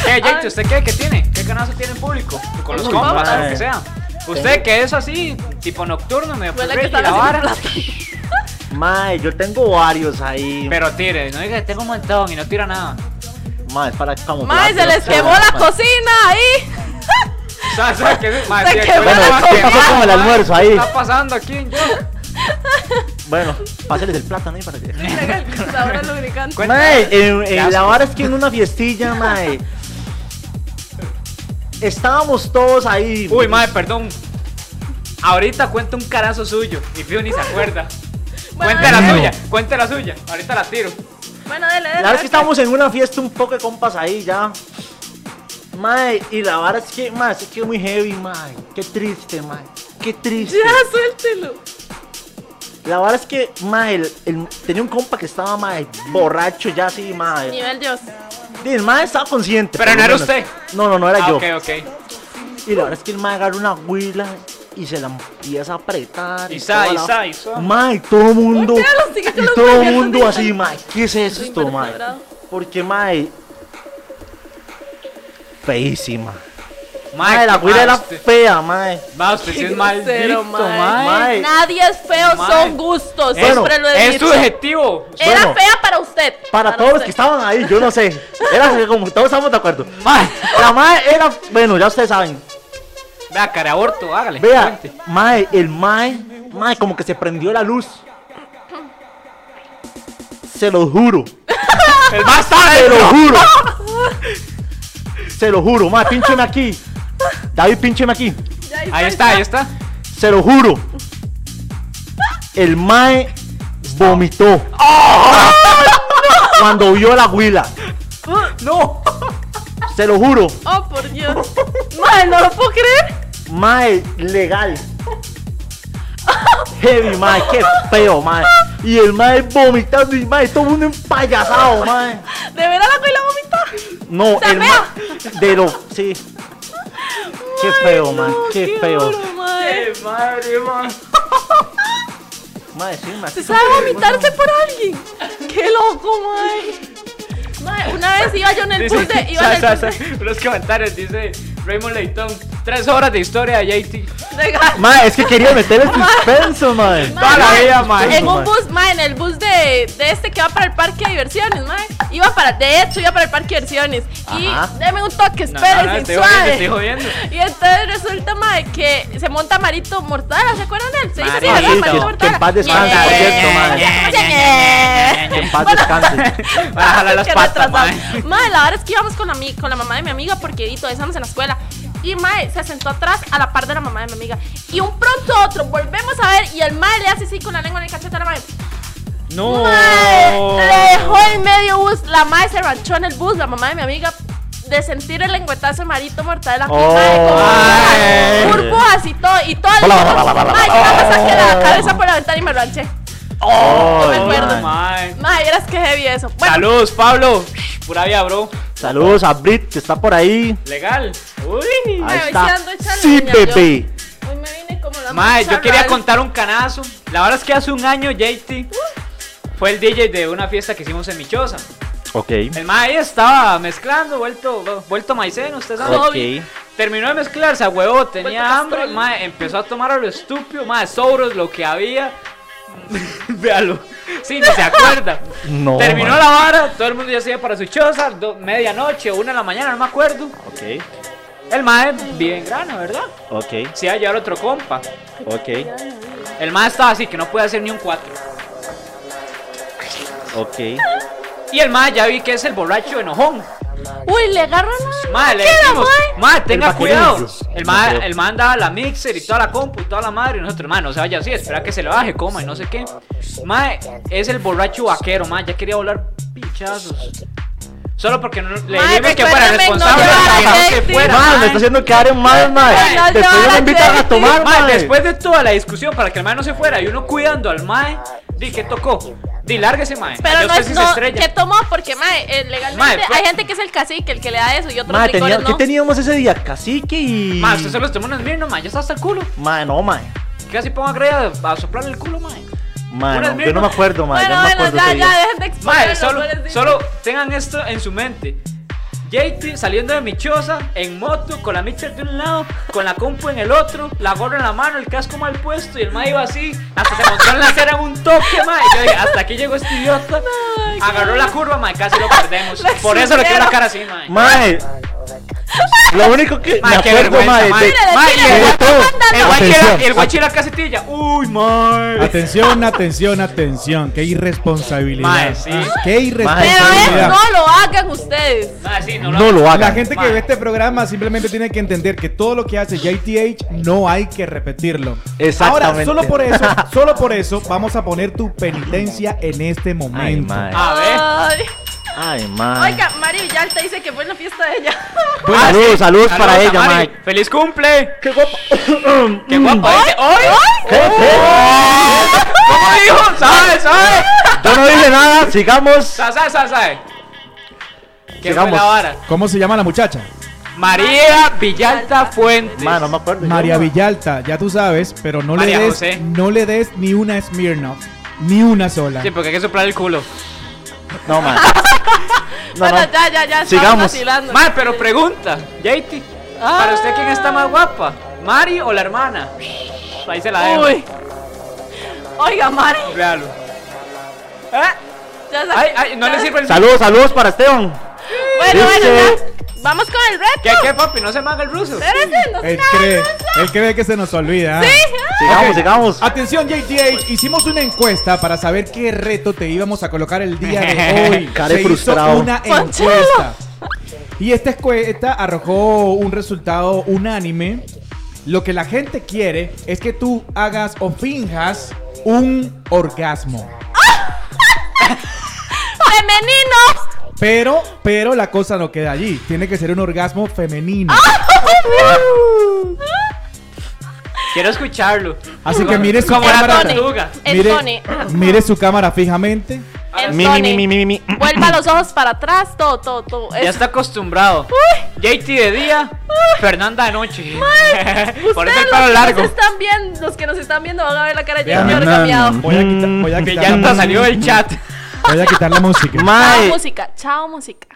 Speaker 2: Eh, Jake,
Speaker 3: Ay.
Speaker 2: ¿usted qué, qué tiene? ¿Qué canazo tiene en público? Con los
Speaker 1: Uy,
Speaker 2: compas,
Speaker 1: madre.
Speaker 2: o lo que sea. Usted que es así, tipo nocturno, medio
Speaker 3: Huele
Speaker 2: freaky,
Speaker 3: que están
Speaker 2: la
Speaker 3: haciendo
Speaker 2: vara.
Speaker 3: plata.
Speaker 1: Mae, yo tengo varios ahí.
Speaker 2: Pero tire, no diga que tengo un montón y no tira nada.
Speaker 1: Mae, es para como.
Speaker 3: Mae, se les quemó la cocina ahí.
Speaker 2: O sea, o sea, que es- madre,
Speaker 3: Se
Speaker 2: sí,
Speaker 3: quemó
Speaker 2: estoy
Speaker 3: la
Speaker 2: más
Speaker 3: comida.
Speaker 2: quemado,
Speaker 1: Pasó como el
Speaker 2: madre.
Speaker 1: almuerzo ahí.
Speaker 2: ¿Qué está pasando aquí? en Jake?
Speaker 1: Bueno, pásenles el plátano ahí para que.
Speaker 3: Sabor lubricante.
Speaker 2: Cuenta.
Speaker 1: Mae, en,
Speaker 2: Qué
Speaker 1: en la
Speaker 2: asco.
Speaker 1: vara es que en una fiestilla, mae. Estábamos todos ahí.
Speaker 2: Uy, madre, perdón. Ahorita cuenta un carazo suyo y Fio ni se acuerda.
Speaker 3: Bueno,
Speaker 2: cuenta la
Speaker 5: no.
Speaker 2: suya, cuenta la suya. Ahorita la tiro.
Speaker 3: Bueno, dele, dele.
Speaker 1: La verdad es que estábamos en una fiesta un poco de compas ahí ya. Mae, y la vara es que, mae, se quedó muy heavy, mae. Qué triste, mae. Qué triste.
Speaker 3: Ya, suéltelo.
Speaker 1: La vara es que, mae, el- el- tenía un compa que estaba, mae, borracho ya así, mae.
Speaker 3: Nivel Dios.
Speaker 1: Y el mae estaba consciente.
Speaker 2: Pero
Speaker 1: por
Speaker 2: no
Speaker 1: lo
Speaker 2: era
Speaker 1: menos.
Speaker 2: usted.
Speaker 1: No, no, no era
Speaker 2: Ah,
Speaker 1: yo.
Speaker 2: ok, ok.
Speaker 1: Y la verdad es que el mae agarra una huila y se la empieza a apretar.
Speaker 2: Y
Speaker 1: toda
Speaker 2: sa, y
Speaker 1: la-
Speaker 2: sa, y sa.
Speaker 1: Mae, todo mundo.
Speaker 3: Uy, claro, sí que
Speaker 1: Y
Speaker 3: los
Speaker 1: todo
Speaker 3: movimientos
Speaker 1: mundo
Speaker 3: dicen-
Speaker 1: así, mae. ¿Qué es esto, mae?
Speaker 3: invertebrado.
Speaker 1: Porque, mae. Feísima.
Speaker 2: Madre,
Speaker 1: Mae, la
Speaker 2: qué
Speaker 1: güira
Speaker 2: mal
Speaker 1: era
Speaker 2: usted.
Speaker 1: fea, mae.
Speaker 2: Va, usted sí
Speaker 3: Qué
Speaker 2: es maldito,
Speaker 3: grosero, mae.
Speaker 2: mae.
Speaker 1: Mae.
Speaker 3: Nadie es feo,
Speaker 2: Mae.
Speaker 3: son gustos.
Speaker 2: Bueno,
Speaker 3: siempre lo he
Speaker 2: es
Speaker 3: dicho.
Speaker 2: subjetivo.
Speaker 3: Era
Speaker 1: Bueno.
Speaker 3: fea para usted.
Speaker 1: Para todos los que
Speaker 3: usted.
Speaker 1: estaban ahí, yo no sé. Era como todos estamos de acuerdo.
Speaker 2: Mae.
Speaker 1: La mae era. Bueno, ya ustedes saben.
Speaker 2: Vea, cara aborto, hágale.
Speaker 1: Vea,
Speaker 2: cuente.
Speaker 1: mae, el mae. Mae, como que se prendió la luz. se lo juro.
Speaker 2: El más tarde,
Speaker 1: Se lo juro. Se lo juro, ma, píncheme aquí. David, píncheme aquí.
Speaker 3: Ya,
Speaker 2: Ahí está, ahí está.
Speaker 1: Se lo juro. El mae vomitó. Cuando vio la huila.
Speaker 2: No.
Speaker 1: Se lo juro.
Speaker 3: Oh, por Dios. Madre, no lo puedo creer.
Speaker 1: Mae, legal. Heavy, mae, qué feo, mae. Y el mae vomitando y mae, todo el mundo empayasado, mae.
Speaker 3: ¿De verdad la coila vomitó?
Speaker 1: No,
Speaker 3: ¿Está
Speaker 1: el
Speaker 3: feo?
Speaker 1: mae. De lo. Sí. Qué feo, mae. Qué, feo.
Speaker 3: madre.
Speaker 2: madre, man.
Speaker 1: Mae, sí, mae.
Speaker 3: Se sabe vomitarse por alguien. Qué loco, madre. Madre, una vez iba yo en el bus de. Iba en el bus de-
Speaker 2: Unos comentarios, dice Raymond Leitón. Tres horas de historia de JT.
Speaker 3: de-
Speaker 1: Mae, es que quería meter el suspenso, mae.
Speaker 3: Mae,
Speaker 2: Toda la
Speaker 3: mae,
Speaker 2: vida, mae.
Speaker 3: En un bus, mae, en el bus de, de este que va para el parque de diversiones, mae. Iba para, de hecho, iba para el parque de diversiones.
Speaker 1: Ajá.
Speaker 3: Y deme un toque,
Speaker 2: No, no,
Speaker 3: espérense,
Speaker 2: no, estoy
Speaker 3: suave.
Speaker 2: jodiendo, estoy jodiendo.
Speaker 3: Y entonces resulta, mae, que se monta Marito Mortara, ¿se acuerdan de él? Se dice así,
Speaker 2: Marito, que-
Speaker 3: ¿verdad? Marito
Speaker 1: que
Speaker 3: Mortara.
Speaker 1: en paz descanse,
Speaker 3: Yeah.
Speaker 1: por cierto, mae.
Speaker 3: Yeah, yeah, yeah, yeah.
Speaker 1: En paz descanse.
Speaker 2: Para jalar las
Speaker 3: Qué
Speaker 2: patas,
Speaker 3: retrasado.
Speaker 2: mae.
Speaker 3: Mae, la verdad es que íbamos con la, mi- con la mamá de mi amiga porque y todavía estábamos en la escuela. Y Mae se sentó atrás a la par de la mamá de mi amiga. Y un pronto a otro, volvemos a ver y el Mae le hace así con la lengua en el cachete a la Mae.
Speaker 2: No.
Speaker 3: Mae, le dejó en medio bus. La Mae se ranchó en el bus, la mamá de mi amiga. De sentir el lengüetazo de marito mortadela aquí,
Speaker 1: Oh.
Speaker 3: mae, como
Speaker 2: Ay.
Speaker 3: burbujas y todo, y todo el
Speaker 1: Bla, bla, bla, bla, bla,
Speaker 3: Mae, yo
Speaker 1: bla.
Speaker 3: nada más saqué la cabeza por la ventana y me ranché.
Speaker 1: Oh,
Speaker 3: me
Speaker 1: mae.
Speaker 3: acuerdo.
Speaker 2: mae.
Speaker 3: Mae, vieras que heavy eso. Bueno,
Speaker 2: Saludos, Pablo. Pura vida, bro.
Speaker 1: Saludos a Brit que está por ahí.
Speaker 2: Legal. Uy.
Speaker 3: Mae,
Speaker 1: Ahí
Speaker 3: hoy
Speaker 1: está.
Speaker 3: sí ando hecha
Speaker 1: Sí,
Speaker 3: leña,
Speaker 1: bebé.
Speaker 3: yo. Hoy me vine como la
Speaker 2: Mae,
Speaker 3: mucha
Speaker 2: yo quería
Speaker 3: rara.
Speaker 2: contar un canazo. La verdad es que hace un año JT fue el DJ de una fiesta que hicimos en Michosa.
Speaker 1: Ok.
Speaker 2: El mae ahí estaba mezclando, vuelto, vuelto maiceno, usted sabe.
Speaker 1: Ok.
Speaker 2: Terminó de mezclarse a huevo, tenía
Speaker 3: Vuelto
Speaker 2: hambre,
Speaker 3: castrol.
Speaker 2: mae, empezó a tomar a lo estúpido, mae, sobros lo que había. Véalo. Sí, ni se acuerda.
Speaker 1: No,
Speaker 2: Terminó
Speaker 1: mae.
Speaker 2: la vara, todo el mundo ya se iba para su choza, do- medianoche, una de la mañana, no me acuerdo.
Speaker 1: Ok.
Speaker 2: El mae bien grana, ¿verdad?
Speaker 1: Ok.
Speaker 2: Se iba a llevar otro compa.
Speaker 1: Ok.
Speaker 2: El mae estaba así que no puede hacer ni un cuatro.
Speaker 1: Ok.
Speaker 2: Y el mae ya vi que es el borracho enojón.
Speaker 3: Uy, le agarran a.
Speaker 2: Mae, le
Speaker 3: Queda,
Speaker 2: dijimos,
Speaker 3: mae.
Speaker 2: mae, tenga
Speaker 1: El
Speaker 2: cuidado.
Speaker 1: vaquerillo.
Speaker 2: El mae,
Speaker 1: Ok.
Speaker 2: el mae andaba la mixer y toda la compu y toda la madre. Y nosotros, mae, no se vaya así, espera que se le baje, coma y no sé qué. Mae, es el borracho vaquero, mae, ya quería volar pichazos. Solo porque no, le
Speaker 3: Mae,
Speaker 2: dijimos que fuera
Speaker 3: recuérdame no
Speaker 2: responsable,
Speaker 3: llevar
Speaker 2: le dijimos
Speaker 3: aceite.
Speaker 2: que fuera.
Speaker 1: Mae,
Speaker 2: mae.
Speaker 1: me está haciendo quedar en mal, mae.
Speaker 3: Mae,
Speaker 1: Después
Speaker 3: no,
Speaker 1: me
Speaker 3: no,
Speaker 1: invitan
Speaker 3: no,
Speaker 1: a tomar,
Speaker 2: Mae,
Speaker 1: mae.
Speaker 2: después de toda la discusión para que el mae no se fuera y uno cuidando al mae, di que tocó. Di, lárguese, mae.
Speaker 3: Pero
Speaker 2: Yo
Speaker 3: no
Speaker 2: sé
Speaker 3: es.
Speaker 2: si
Speaker 3: no,
Speaker 2: se estrella.
Speaker 3: que tomó porque, mae, eh, legalmente
Speaker 2: Mae, fue-
Speaker 3: hay gente que es el cacique, el que le da eso y otros
Speaker 1: Mae, tenía-
Speaker 3: licores
Speaker 1: ¿qué
Speaker 3: no.
Speaker 1: teníamos ese día? Cacique y.
Speaker 2: Mae, usted se los tomó unas mirno, mae, ya está hasta el culo.
Speaker 1: Mae, no, mae.
Speaker 2: Casi pongo a Greya a soplarle el culo, mae.
Speaker 1: Mae, no, yo no
Speaker 2: Puras
Speaker 1: me
Speaker 2: mierdas.
Speaker 1: acuerdo, mae. Yo
Speaker 3: bueno,
Speaker 1: no me
Speaker 3: bueno,
Speaker 1: acuerdo
Speaker 3: ya,
Speaker 1: ese
Speaker 3: ya,
Speaker 1: día.
Speaker 3: dejen de exponer
Speaker 2: Mae,
Speaker 3: los
Speaker 2: solo,
Speaker 3: pobres, sí.
Speaker 2: solo tengan esto en su mente. JT saliendo de mi choza, en moto, con la mixer de un lado, con la compu en el otro, la gorra en la mano, el casco mal puesto y el mae iba así, hasta se montó en la acera en un toque, mae. Yo dije, hasta aquí llegó este idiota.
Speaker 3: Ay, qué
Speaker 2: Agarró la curva, mae, casi lo perdemos.
Speaker 3: La
Speaker 2: Por eso le quedó la
Speaker 3: exhibieron.
Speaker 2: cara así, mae.
Speaker 1: Mae. Lo único que me
Speaker 2: Mae, qué
Speaker 1: acuerdo,
Speaker 2: vergüenza,
Speaker 1: mae.
Speaker 2: mae.
Speaker 1: de-
Speaker 3: Mírale,
Speaker 2: Mae, y
Speaker 3: mírale,
Speaker 2: el
Speaker 3: la
Speaker 1: de
Speaker 3: está
Speaker 1: todo.
Speaker 3: mandando.
Speaker 2: El guachila,
Speaker 1: Atención,
Speaker 2: el guachila casetilla. Uy, mae.
Speaker 5: Atención, atención, atención. Qué irresponsabilidad. Ah,
Speaker 2: Mae, sí.
Speaker 5: Qué
Speaker 3: Pero es,
Speaker 5: irresponsabilidad.
Speaker 3: no lo hagan ustedes.
Speaker 2: Mae, sí, no
Speaker 1: No lo
Speaker 5: La
Speaker 1: hagan.
Speaker 5: gente que
Speaker 2: Mae.
Speaker 5: ve este programa simplemente tiene que entender que todo lo que hace JTH no hay que repetirlo.
Speaker 1: Exactamente.
Speaker 5: Ahora, solo por eso, solo por eso vamos a poner tu penitencia en este
Speaker 1: Ay,
Speaker 5: momento.
Speaker 1: mae.
Speaker 2: A ver.
Speaker 3: Ay.
Speaker 1: Ay, mae.
Speaker 3: Oiga, Mari Villalta dice que fue en la fiesta de ella.
Speaker 1: Bueno,
Speaker 2: Ah,
Speaker 1: saludos,
Speaker 2: sí.
Speaker 1: saludos para
Speaker 2: a
Speaker 1: ella,
Speaker 2: Mari.
Speaker 1: Mike.
Speaker 2: ¡Feliz cumple!
Speaker 1: Qué guapa.
Speaker 2: ¡Qué guapa! dice, ¡Hoy!
Speaker 1: Qué feo.
Speaker 2: ¿Cómo dijo? ¿Sabe? ¿Sabe?
Speaker 1: Yo no dije nada, sigamos.
Speaker 2: ¿Sabe? ¿Sabe? ¿Sabe? sabe? ¿Qué fue
Speaker 1: Sigamos.
Speaker 2: la vara?
Speaker 5: ¿Cómo se llama la muchacha?
Speaker 2: María Villalta Fuentes.
Speaker 1: Ma, no me acuerdo. yo,
Speaker 5: María
Speaker 1: ma.
Speaker 5: Villalta, ya tú sabes, pero no
Speaker 2: María
Speaker 5: le des,
Speaker 2: José.
Speaker 5: no le des ni una Smirnoff, ni una sola.
Speaker 2: Sí, porque hay que soplar el culo.
Speaker 1: No, ma. No,
Speaker 3: bueno,
Speaker 1: no.
Speaker 3: ya, ya, ya. estamos
Speaker 1: Sigamos.
Speaker 3: vacilando.
Speaker 2: Mae, pero pregunta, JT. ¿Para usted quién está más guapa? ¿Mari o la hermana? Ahí se la dejo.
Speaker 3: Uy. Oiga, Mari.
Speaker 2: Véalo. ¿Eh?
Speaker 3: ya sa-
Speaker 2: Ay, ay, no le
Speaker 3: ya-
Speaker 2: sirve el.
Speaker 1: Saludos, saludos para Esteban.
Speaker 3: Bueno, bueno,
Speaker 1: Dice-
Speaker 3: ya. Vamos con el reto.
Speaker 2: ¿Qué, qué, papi? No se maga el ruso.
Speaker 3: Espérense, no se
Speaker 5: Él
Speaker 3: me hagan
Speaker 5: cree,
Speaker 3: caso.
Speaker 5: él cree que se nos olvida. ¿ah?
Speaker 3: Sí, ah,
Speaker 1: Sigamos,
Speaker 5: Ok.
Speaker 1: sigamos.
Speaker 5: Atención, JTH, hicimos una encuesta para saber qué reto te íbamos a colocar el día de hoy.
Speaker 1: Care
Speaker 5: Se hizo
Speaker 1: frustrado.
Speaker 5: una
Speaker 3: Ponchalo.
Speaker 5: encuesta. Y esta encuesta arrojó un resultado unánime. Lo que la gente quiere es que tú hagas o finjas un orgasmo.
Speaker 3: Ah, ¡Femenino!
Speaker 5: Pero, pero la cosa no queda allí. Tiene que ser un orgasmo femenino.
Speaker 2: ¡Ah! Quiero escucharlo.
Speaker 5: Así que mire su
Speaker 2: Como la
Speaker 5: cámara.
Speaker 2: tortuga.
Speaker 3: Es funny.
Speaker 5: Mire, mire su cámara fijamente.
Speaker 3: Es
Speaker 1: Mi, mi,
Speaker 3: Tony.
Speaker 1: mi, mi, mi, mi.
Speaker 3: Vuelva los ojos para atrás, todo, todo, todo.
Speaker 2: Ya
Speaker 3: Es-
Speaker 2: está acostumbrado. JT de día, Fernanda de noche. Por eso
Speaker 3: Ustedes,
Speaker 2: el pelo
Speaker 3: los que nos
Speaker 2: largo.
Speaker 3: están viendo, los que nos están viendo van a ver la cara de
Speaker 5: Vean,
Speaker 3: Junior
Speaker 5: na,
Speaker 3: cambiado.
Speaker 5: Voy a quitar, voy a
Speaker 1: Mm,
Speaker 2: Que
Speaker 5: quitar
Speaker 2: Mm, ya
Speaker 5: la
Speaker 2: hasta salió del chat.
Speaker 5: Voy a quitar la música.
Speaker 3: Chao
Speaker 1: Mae.
Speaker 3: música, chao música.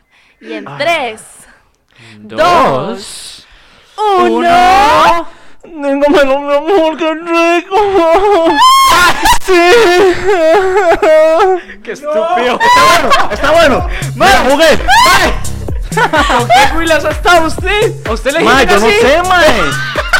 Speaker 3: Y en tres,
Speaker 2: Oh, Dos.
Speaker 1: Oh,
Speaker 3: uno.
Speaker 1: Dígamelo, mi amor, qué rico. Sí.
Speaker 2: Qué estúpido.
Speaker 1: Está bueno, está bueno. Mira, jugué.
Speaker 2: ¿Con qué huilas ha estado usted? ¿A usted le
Speaker 1: Mae, yo
Speaker 2: dijeron
Speaker 1: no
Speaker 2: así?
Speaker 1: sé, mae.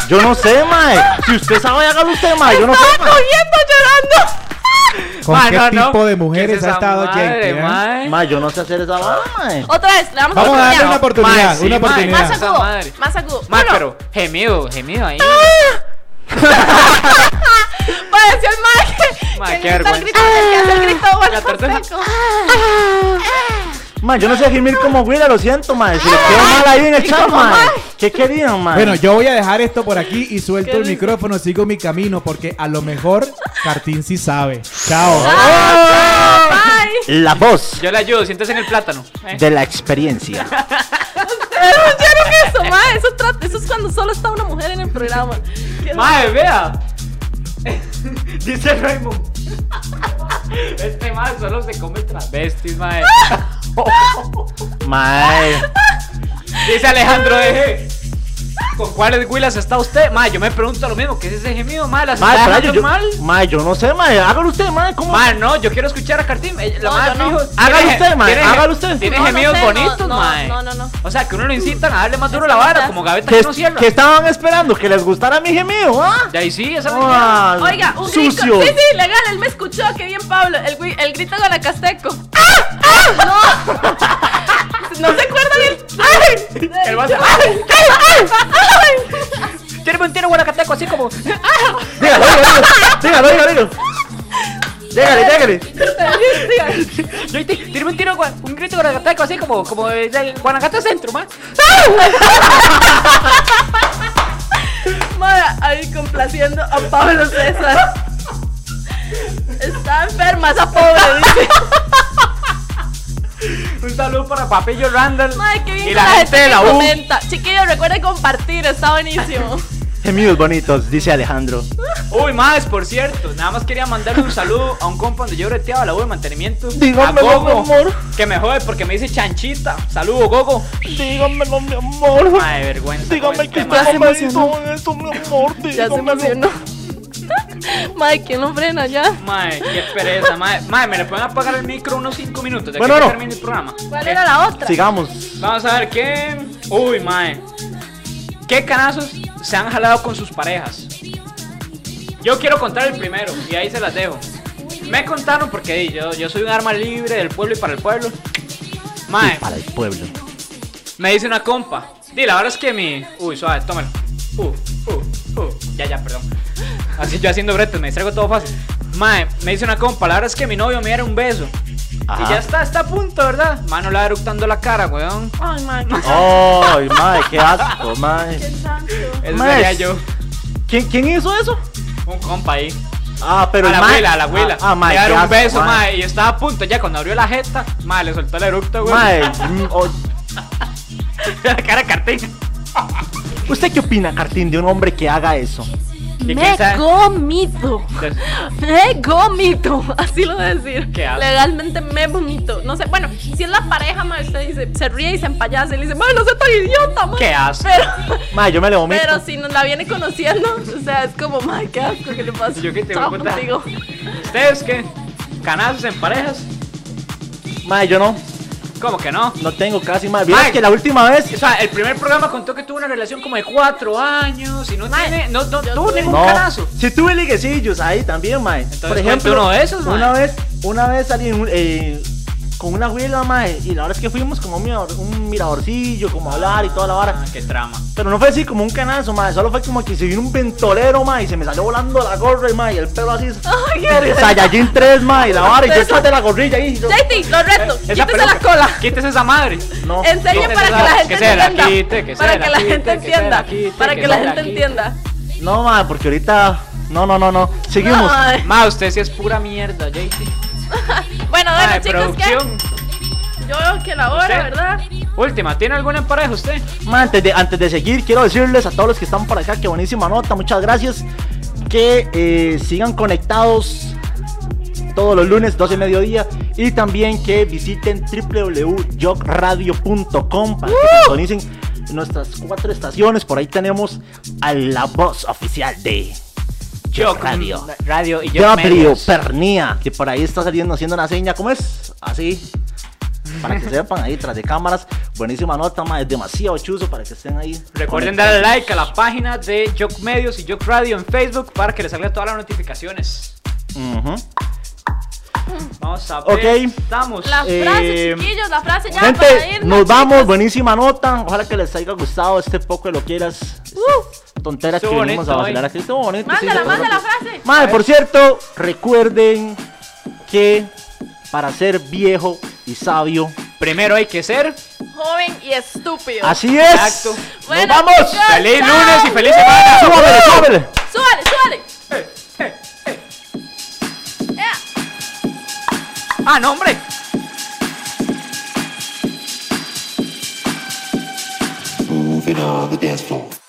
Speaker 1: Yo no sé, mae. Si usted sabe, hágalo usted, mae. Yo no sé,
Speaker 3: Estaba
Speaker 1: mae.
Speaker 3: cogiendo llorando.
Speaker 5: ¿Con
Speaker 2: Ma,
Speaker 5: qué
Speaker 2: no, no.
Speaker 5: tipo de mujeres
Speaker 2: ¿Qué es
Speaker 5: ha
Speaker 2: esa
Speaker 5: estado
Speaker 2: madre,
Speaker 5: Jake? eh?
Speaker 2: mae?
Speaker 1: Mae, yo no sé hacer esa vara, mae.
Speaker 3: Otra vez, le vamos a
Speaker 5: Vamos a darle
Speaker 3: oportunidad.
Speaker 5: una oportunidad,
Speaker 2: mae, sí,
Speaker 5: una
Speaker 2: mae.
Speaker 5: oportunidad.
Speaker 3: Más
Speaker 2: Esa madre.
Speaker 3: agudo, más agudo.
Speaker 2: Mae,
Speaker 3: Uno.
Speaker 2: pero gemido, gemido ahí.
Speaker 3: Pareció el mae que-
Speaker 2: Mae,
Speaker 3: que
Speaker 2: qué
Speaker 3: grita el
Speaker 2: vergüenza.
Speaker 3: grito, el que hace el grito bueno,
Speaker 2: La tortuga.
Speaker 3: seco.
Speaker 1: Mae, yo no sé gemir como Willa, lo siento, mae. Si le quedó mal ahí en el chat, mae. ¿Qué querían, mae?
Speaker 5: Bueno, yo voy a dejar esto por aquí y suelto
Speaker 3: Qué
Speaker 5: el
Speaker 3: rico.
Speaker 5: micrófono, sigo mi camino, porque a lo mejor Cartín sí sabe.
Speaker 3: Ah,
Speaker 5: Chao.
Speaker 3: Ay,
Speaker 1: La voz
Speaker 2: Yo le ayudo, siéntese en el plátano. Eh.
Speaker 1: de la experiencia.
Speaker 3: ¿Escucharon eso, mae? Eso, trata- eso es cuando solo está una mujer en el programa. Qué-
Speaker 2: Mae, vea. Dice Raymond. Este mae solo se come transvestis, mae.
Speaker 1: Mae.
Speaker 2: Dice Alejandro Eje. ¿Con cuáles huilas está usted? Mae, yo me pregunto lo mismo. ¿Qué es ese gemido, mae? ¿Las
Speaker 1: Mae,
Speaker 2: está
Speaker 1: pero
Speaker 2: dejando
Speaker 1: yo,
Speaker 2: mal?
Speaker 1: mae, yo no sé, mae. Hágalo usted, mae. ¿Cómo?
Speaker 2: Mae, no, yo quiero escuchar a Cartim. Eh, La
Speaker 3: No,
Speaker 2: mae
Speaker 3: yo no.
Speaker 2: fijo,
Speaker 1: Hágalo
Speaker 2: tiene-
Speaker 1: usted, mae,
Speaker 2: tiene-
Speaker 1: hágalo usted.
Speaker 2: Tiene
Speaker 3: No, no
Speaker 2: gemidos
Speaker 3: sé, no,
Speaker 2: bonitos,
Speaker 3: no,
Speaker 2: mae.
Speaker 3: no, no, no.
Speaker 2: O sea, que uno lo incitan a darle más duro
Speaker 3: Esa
Speaker 2: la vara,
Speaker 3: nota.
Speaker 2: como gaveta
Speaker 1: ¿Qué,
Speaker 2: que no cierra.
Speaker 1: qué estaban esperando? ¿Que les gustara mi gemido? ¿Ah?
Speaker 2: De ahí sí, esa mierda.
Speaker 1: Ah,
Speaker 3: Oiga, un
Speaker 1: sucio.
Speaker 3: grito. Sí, sí, legal, él me escuchó. Qué bien, Pablo. El, gui- el grito guanacasteco.
Speaker 2: ¡Ah!
Speaker 3: No. No se acuerda del. ¡Ay!
Speaker 2: El vaso-
Speaker 3: ¡Ay! ¡Ay! ¡Ay! ¡Ah!
Speaker 2: Tiene un tiro guanacateco así como.
Speaker 1: Dígalo, dígalo, dígalo. Dígalo, dígalo. Dígale, dígale.
Speaker 2: Yo te- Tiene un tiro gua- un grito guanacateco así como. Como el del Guanacaste Centro, mae.
Speaker 3: Mara, ahí complaciendo a Pablo César. Está enferma esa pobre, dice.
Speaker 2: Un saludo para Papillo Randall.
Speaker 3: Madre, qué bien
Speaker 2: y
Speaker 3: que
Speaker 2: la gente de la
Speaker 3: que
Speaker 2: U.
Speaker 3: comenta. Chiquillos, recuerden compartir, está buenísimo.
Speaker 1: Gemidos bonitos, dice Alejandro.
Speaker 2: Uy, más, por cierto, nada más quería mandarle un saludo a un compa donde yo breteaba la U de mantenimiento.
Speaker 1: Dígamelo,
Speaker 2: a Gogo,
Speaker 1: mi amor.
Speaker 2: Que me jode porque me dice chanchita. Saludo, Gogo.
Speaker 1: Dígamelo, mi amor.
Speaker 2: Ay, vergüenza.
Speaker 1: Dígame que
Speaker 2: está
Speaker 1: está convencido en esto, mi amor.
Speaker 3: Ya se
Speaker 1: Dígamelo.
Speaker 3: emocionó. Madre, ¿quién lo frena ya?
Speaker 2: Mae, qué pereza, mae. Mae, me le pueden apagar el micro unos 5 minutos de
Speaker 1: Bueno,
Speaker 2: que
Speaker 1: no.
Speaker 2: termine el programa.
Speaker 3: ¿Cuál
Speaker 2: Eh,
Speaker 3: era la otra?
Speaker 1: Sigamos.
Speaker 2: Vamos a ver qué. Uy, mae. ¿Qué canazos se han jalado con sus parejas? Yo quiero contar el primero y ahí se las dejo. Me contaron porque di, yo, yo soy un arma libre del pueblo y para el pueblo. Mae,
Speaker 1: Para el pueblo.
Speaker 2: me dice una compa. Di, la verdad es que mi. Uy, suave, tómalo. Uh, uh, uh. Ya, ya, perdón. Así yo haciendo bretes, me distraigo todo fácil. Mae, me dice una compa. La verdad es que mi novio me diera un beso.
Speaker 1: Ajá.
Speaker 2: Y ya está, está a punto, ¿verdad? Mano la eructando la cara, weón.
Speaker 3: Ay, madre, qué
Speaker 2: Oh.
Speaker 1: Ay, mae, qué asco, mae.
Speaker 3: santo.
Speaker 2: Eso
Speaker 1: Mae,
Speaker 2: sería yo.
Speaker 1: ¿Quién, ¿Quién hizo eso?
Speaker 2: Un compa ahí.
Speaker 1: Ah, pero
Speaker 2: a la
Speaker 1: mae-
Speaker 2: abuela, a la abuela.
Speaker 1: Ah, ah, mae,
Speaker 2: le
Speaker 1: qué
Speaker 2: dieron un
Speaker 1: asco,
Speaker 2: beso, mae. Y estaba a punto ya cuando abrió la jeta. Mae, le soltó el eructo, güey.
Speaker 1: Mae, mm, oh,
Speaker 2: la cara cartina.
Speaker 1: ¿usted qué opina, Cartín, de un hombre que haga eso?
Speaker 2: ¿Y
Speaker 3: Me
Speaker 2: quién sabe?
Speaker 3: comido. Me ¡Eh, gomito, así lo voy a decir.
Speaker 2: Qué asco.
Speaker 3: Legalmente me vomito. No sé, bueno, si es la pareja, ma, usted dice, se ríe y se empallase y le dice, bueno, no sé tan idiota, ma.
Speaker 2: Qué asco.
Speaker 3: Pero,
Speaker 1: Mae, yo me le vomito.
Speaker 3: pero si nos la viene conociendo, o sea, es como, ma, qué asco que le pasa.
Speaker 2: Yo qué te
Speaker 3: Chao
Speaker 2: voy a contar.
Speaker 3: contigo.
Speaker 2: ¿Ustedes qué? ¿Canazos en parejas?
Speaker 1: Mae, yo no.
Speaker 2: ¿Cómo que no?
Speaker 1: No tengo casi más. Vieras
Speaker 2: Mae.
Speaker 1: que la última vez.
Speaker 2: O sea, el primer programa contó que tuvo una relación como de cuatro años y no
Speaker 3: Mae,
Speaker 2: tiene, no, no
Speaker 3: yo
Speaker 2: tuvo
Speaker 3: tuve-
Speaker 2: ningún
Speaker 1: No.
Speaker 2: canazo.
Speaker 1: Si tuve liguecillos ahí también, mae. Por
Speaker 2: cuente
Speaker 1: ejemplo,
Speaker 2: uno de esos, mae.
Speaker 1: Una vez, una vez salí en un- eh, con una huila, mae. Y la verdad es que fuimos como a un, mirador- un miradorcillo, como a hablar y toda la vara.
Speaker 2: Ah, qué trama.
Speaker 1: Pero no fue así como un canazo, mae. Solo fue como que se vino un ventolero, mae. Y se me salió volando la gorra, mae. Y el pelo así.
Speaker 3: Ay, qué-
Speaker 1: Saiyajin 3, mae. Y la vara. Y yo detrás de la gorrilla ahí. y yo-
Speaker 3: JT, lo reto,
Speaker 2: Esa
Speaker 3: quítese la
Speaker 2: peluca,
Speaker 3: cola.
Speaker 2: Quítese esa madre.
Speaker 1: No.
Speaker 3: En serio,
Speaker 2: quítese
Speaker 3: para que
Speaker 2: esa-
Speaker 3: la
Speaker 2: que
Speaker 3: gente
Speaker 2: se la
Speaker 3: entienda.
Speaker 2: quite, que se
Speaker 3: Para
Speaker 2: la
Speaker 3: que la
Speaker 2: quite,
Speaker 3: gente
Speaker 2: que se la
Speaker 3: entienda.
Speaker 2: quite,
Speaker 3: Para
Speaker 2: que
Speaker 3: que la
Speaker 2: se la
Speaker 3: gente
Speaker 2: quite.
Speaker 3: entienda.
Speaker 1: No, mae. Porque ahorita. No, no, no, no. Seguimos.
Speaker 3: Ay.
Speaker 2: Ma, usted sí es pura mierda, JT.
Speaker 3: Bueno,
Speaker 2: Ma,
Speaker 3: bueno,
Speaker 2: de
Speaker 3: chicos,
Speaker 2: producción.
Speaker 3: ¿qué? Yo veo que la hora,
Speaker 2: ¿Usted?
Speaker 3: ¿verdad?
Speaker 2: Última, ¿tiene alguna en pareja usted?
Speaker 1: Ma, antes de, antes de seguir, quiero decirles a todos los que están por acá que buenísima nota, muchas gracias. Que eh, sigan conectados todos los lunes, 12 de mediodía. Y también que visiten www.yokradio.com para que sintonicen nuestras cuatro estaciones. Por ahí tenemos a la voz oficial de Yok Radio.
Speaker 2: Radio y yo.
Speaker 1: Gabriel
Speaker 2: medios.
Speaker 1: Pernia, que por ahí está saliendo haciendo una seña, ¿cómo es? Así. Para que sepan ahí tras de cámaras, buenísima nota, ma, es demasiado chuzo para que estén ahí.
Speaker 2: Recuerden darle like a la página de Joke Medios y Joke Radio en Facebook para que les salgan todas las notificaciones.
Speaker 1: Ujú.
Speaker 2: Vamos a ver.
Speaker 1: Ok.
Speaker 2: Estamos.
Speaker 3: La
Speaker 1: Eh,
Speaker 3: frase, chiquillos, la frase ya para
Speaker 1: Gente,
Speaker 3: irnos,
Speaker 1: nos vamos,
Speaker 3: chicos.
Speaker 1: buenísima nota. Ojalá que les haya gustado este poco de lo quieras. estas Tonteras
Speaker 2: Estuvo
Speaker 1: que venimos a
Speaker 2: bonito,
Speaker 1: vacilar
Speaker 2: eh.
Speaker 1: aquí. Estuvo bonito.
Speaker 3: Uh, Mándala,
Speaker 1: pues. sí,
Speaker 3: mándala la
Speaker 1: seguro que-
Speaker 3: frase.
Speaker 1: Madre, por cierto, recuerden que para ser viejo y sabio,
Speaker 2: Primero hay que ser.
Speaker 3: Joven y estúpido.
Speaker 1: así es.
Speaker 2: Exacto.
Speaker 3: Bueno,
Speaker 1: nos vamos.
Speaker 3: chicos,
Speaker 2: ¡Feliz
Speaker 3: chao.
Speaker 2: lunes y feliz semana!
Speaker 1: Súbele, súbele.
Speaker 3: Súbale, súbale. Eh, Ea.
Speaker 2: ¡Ah, no, hombre!
Speaker 6: moving on uh, the dance floor.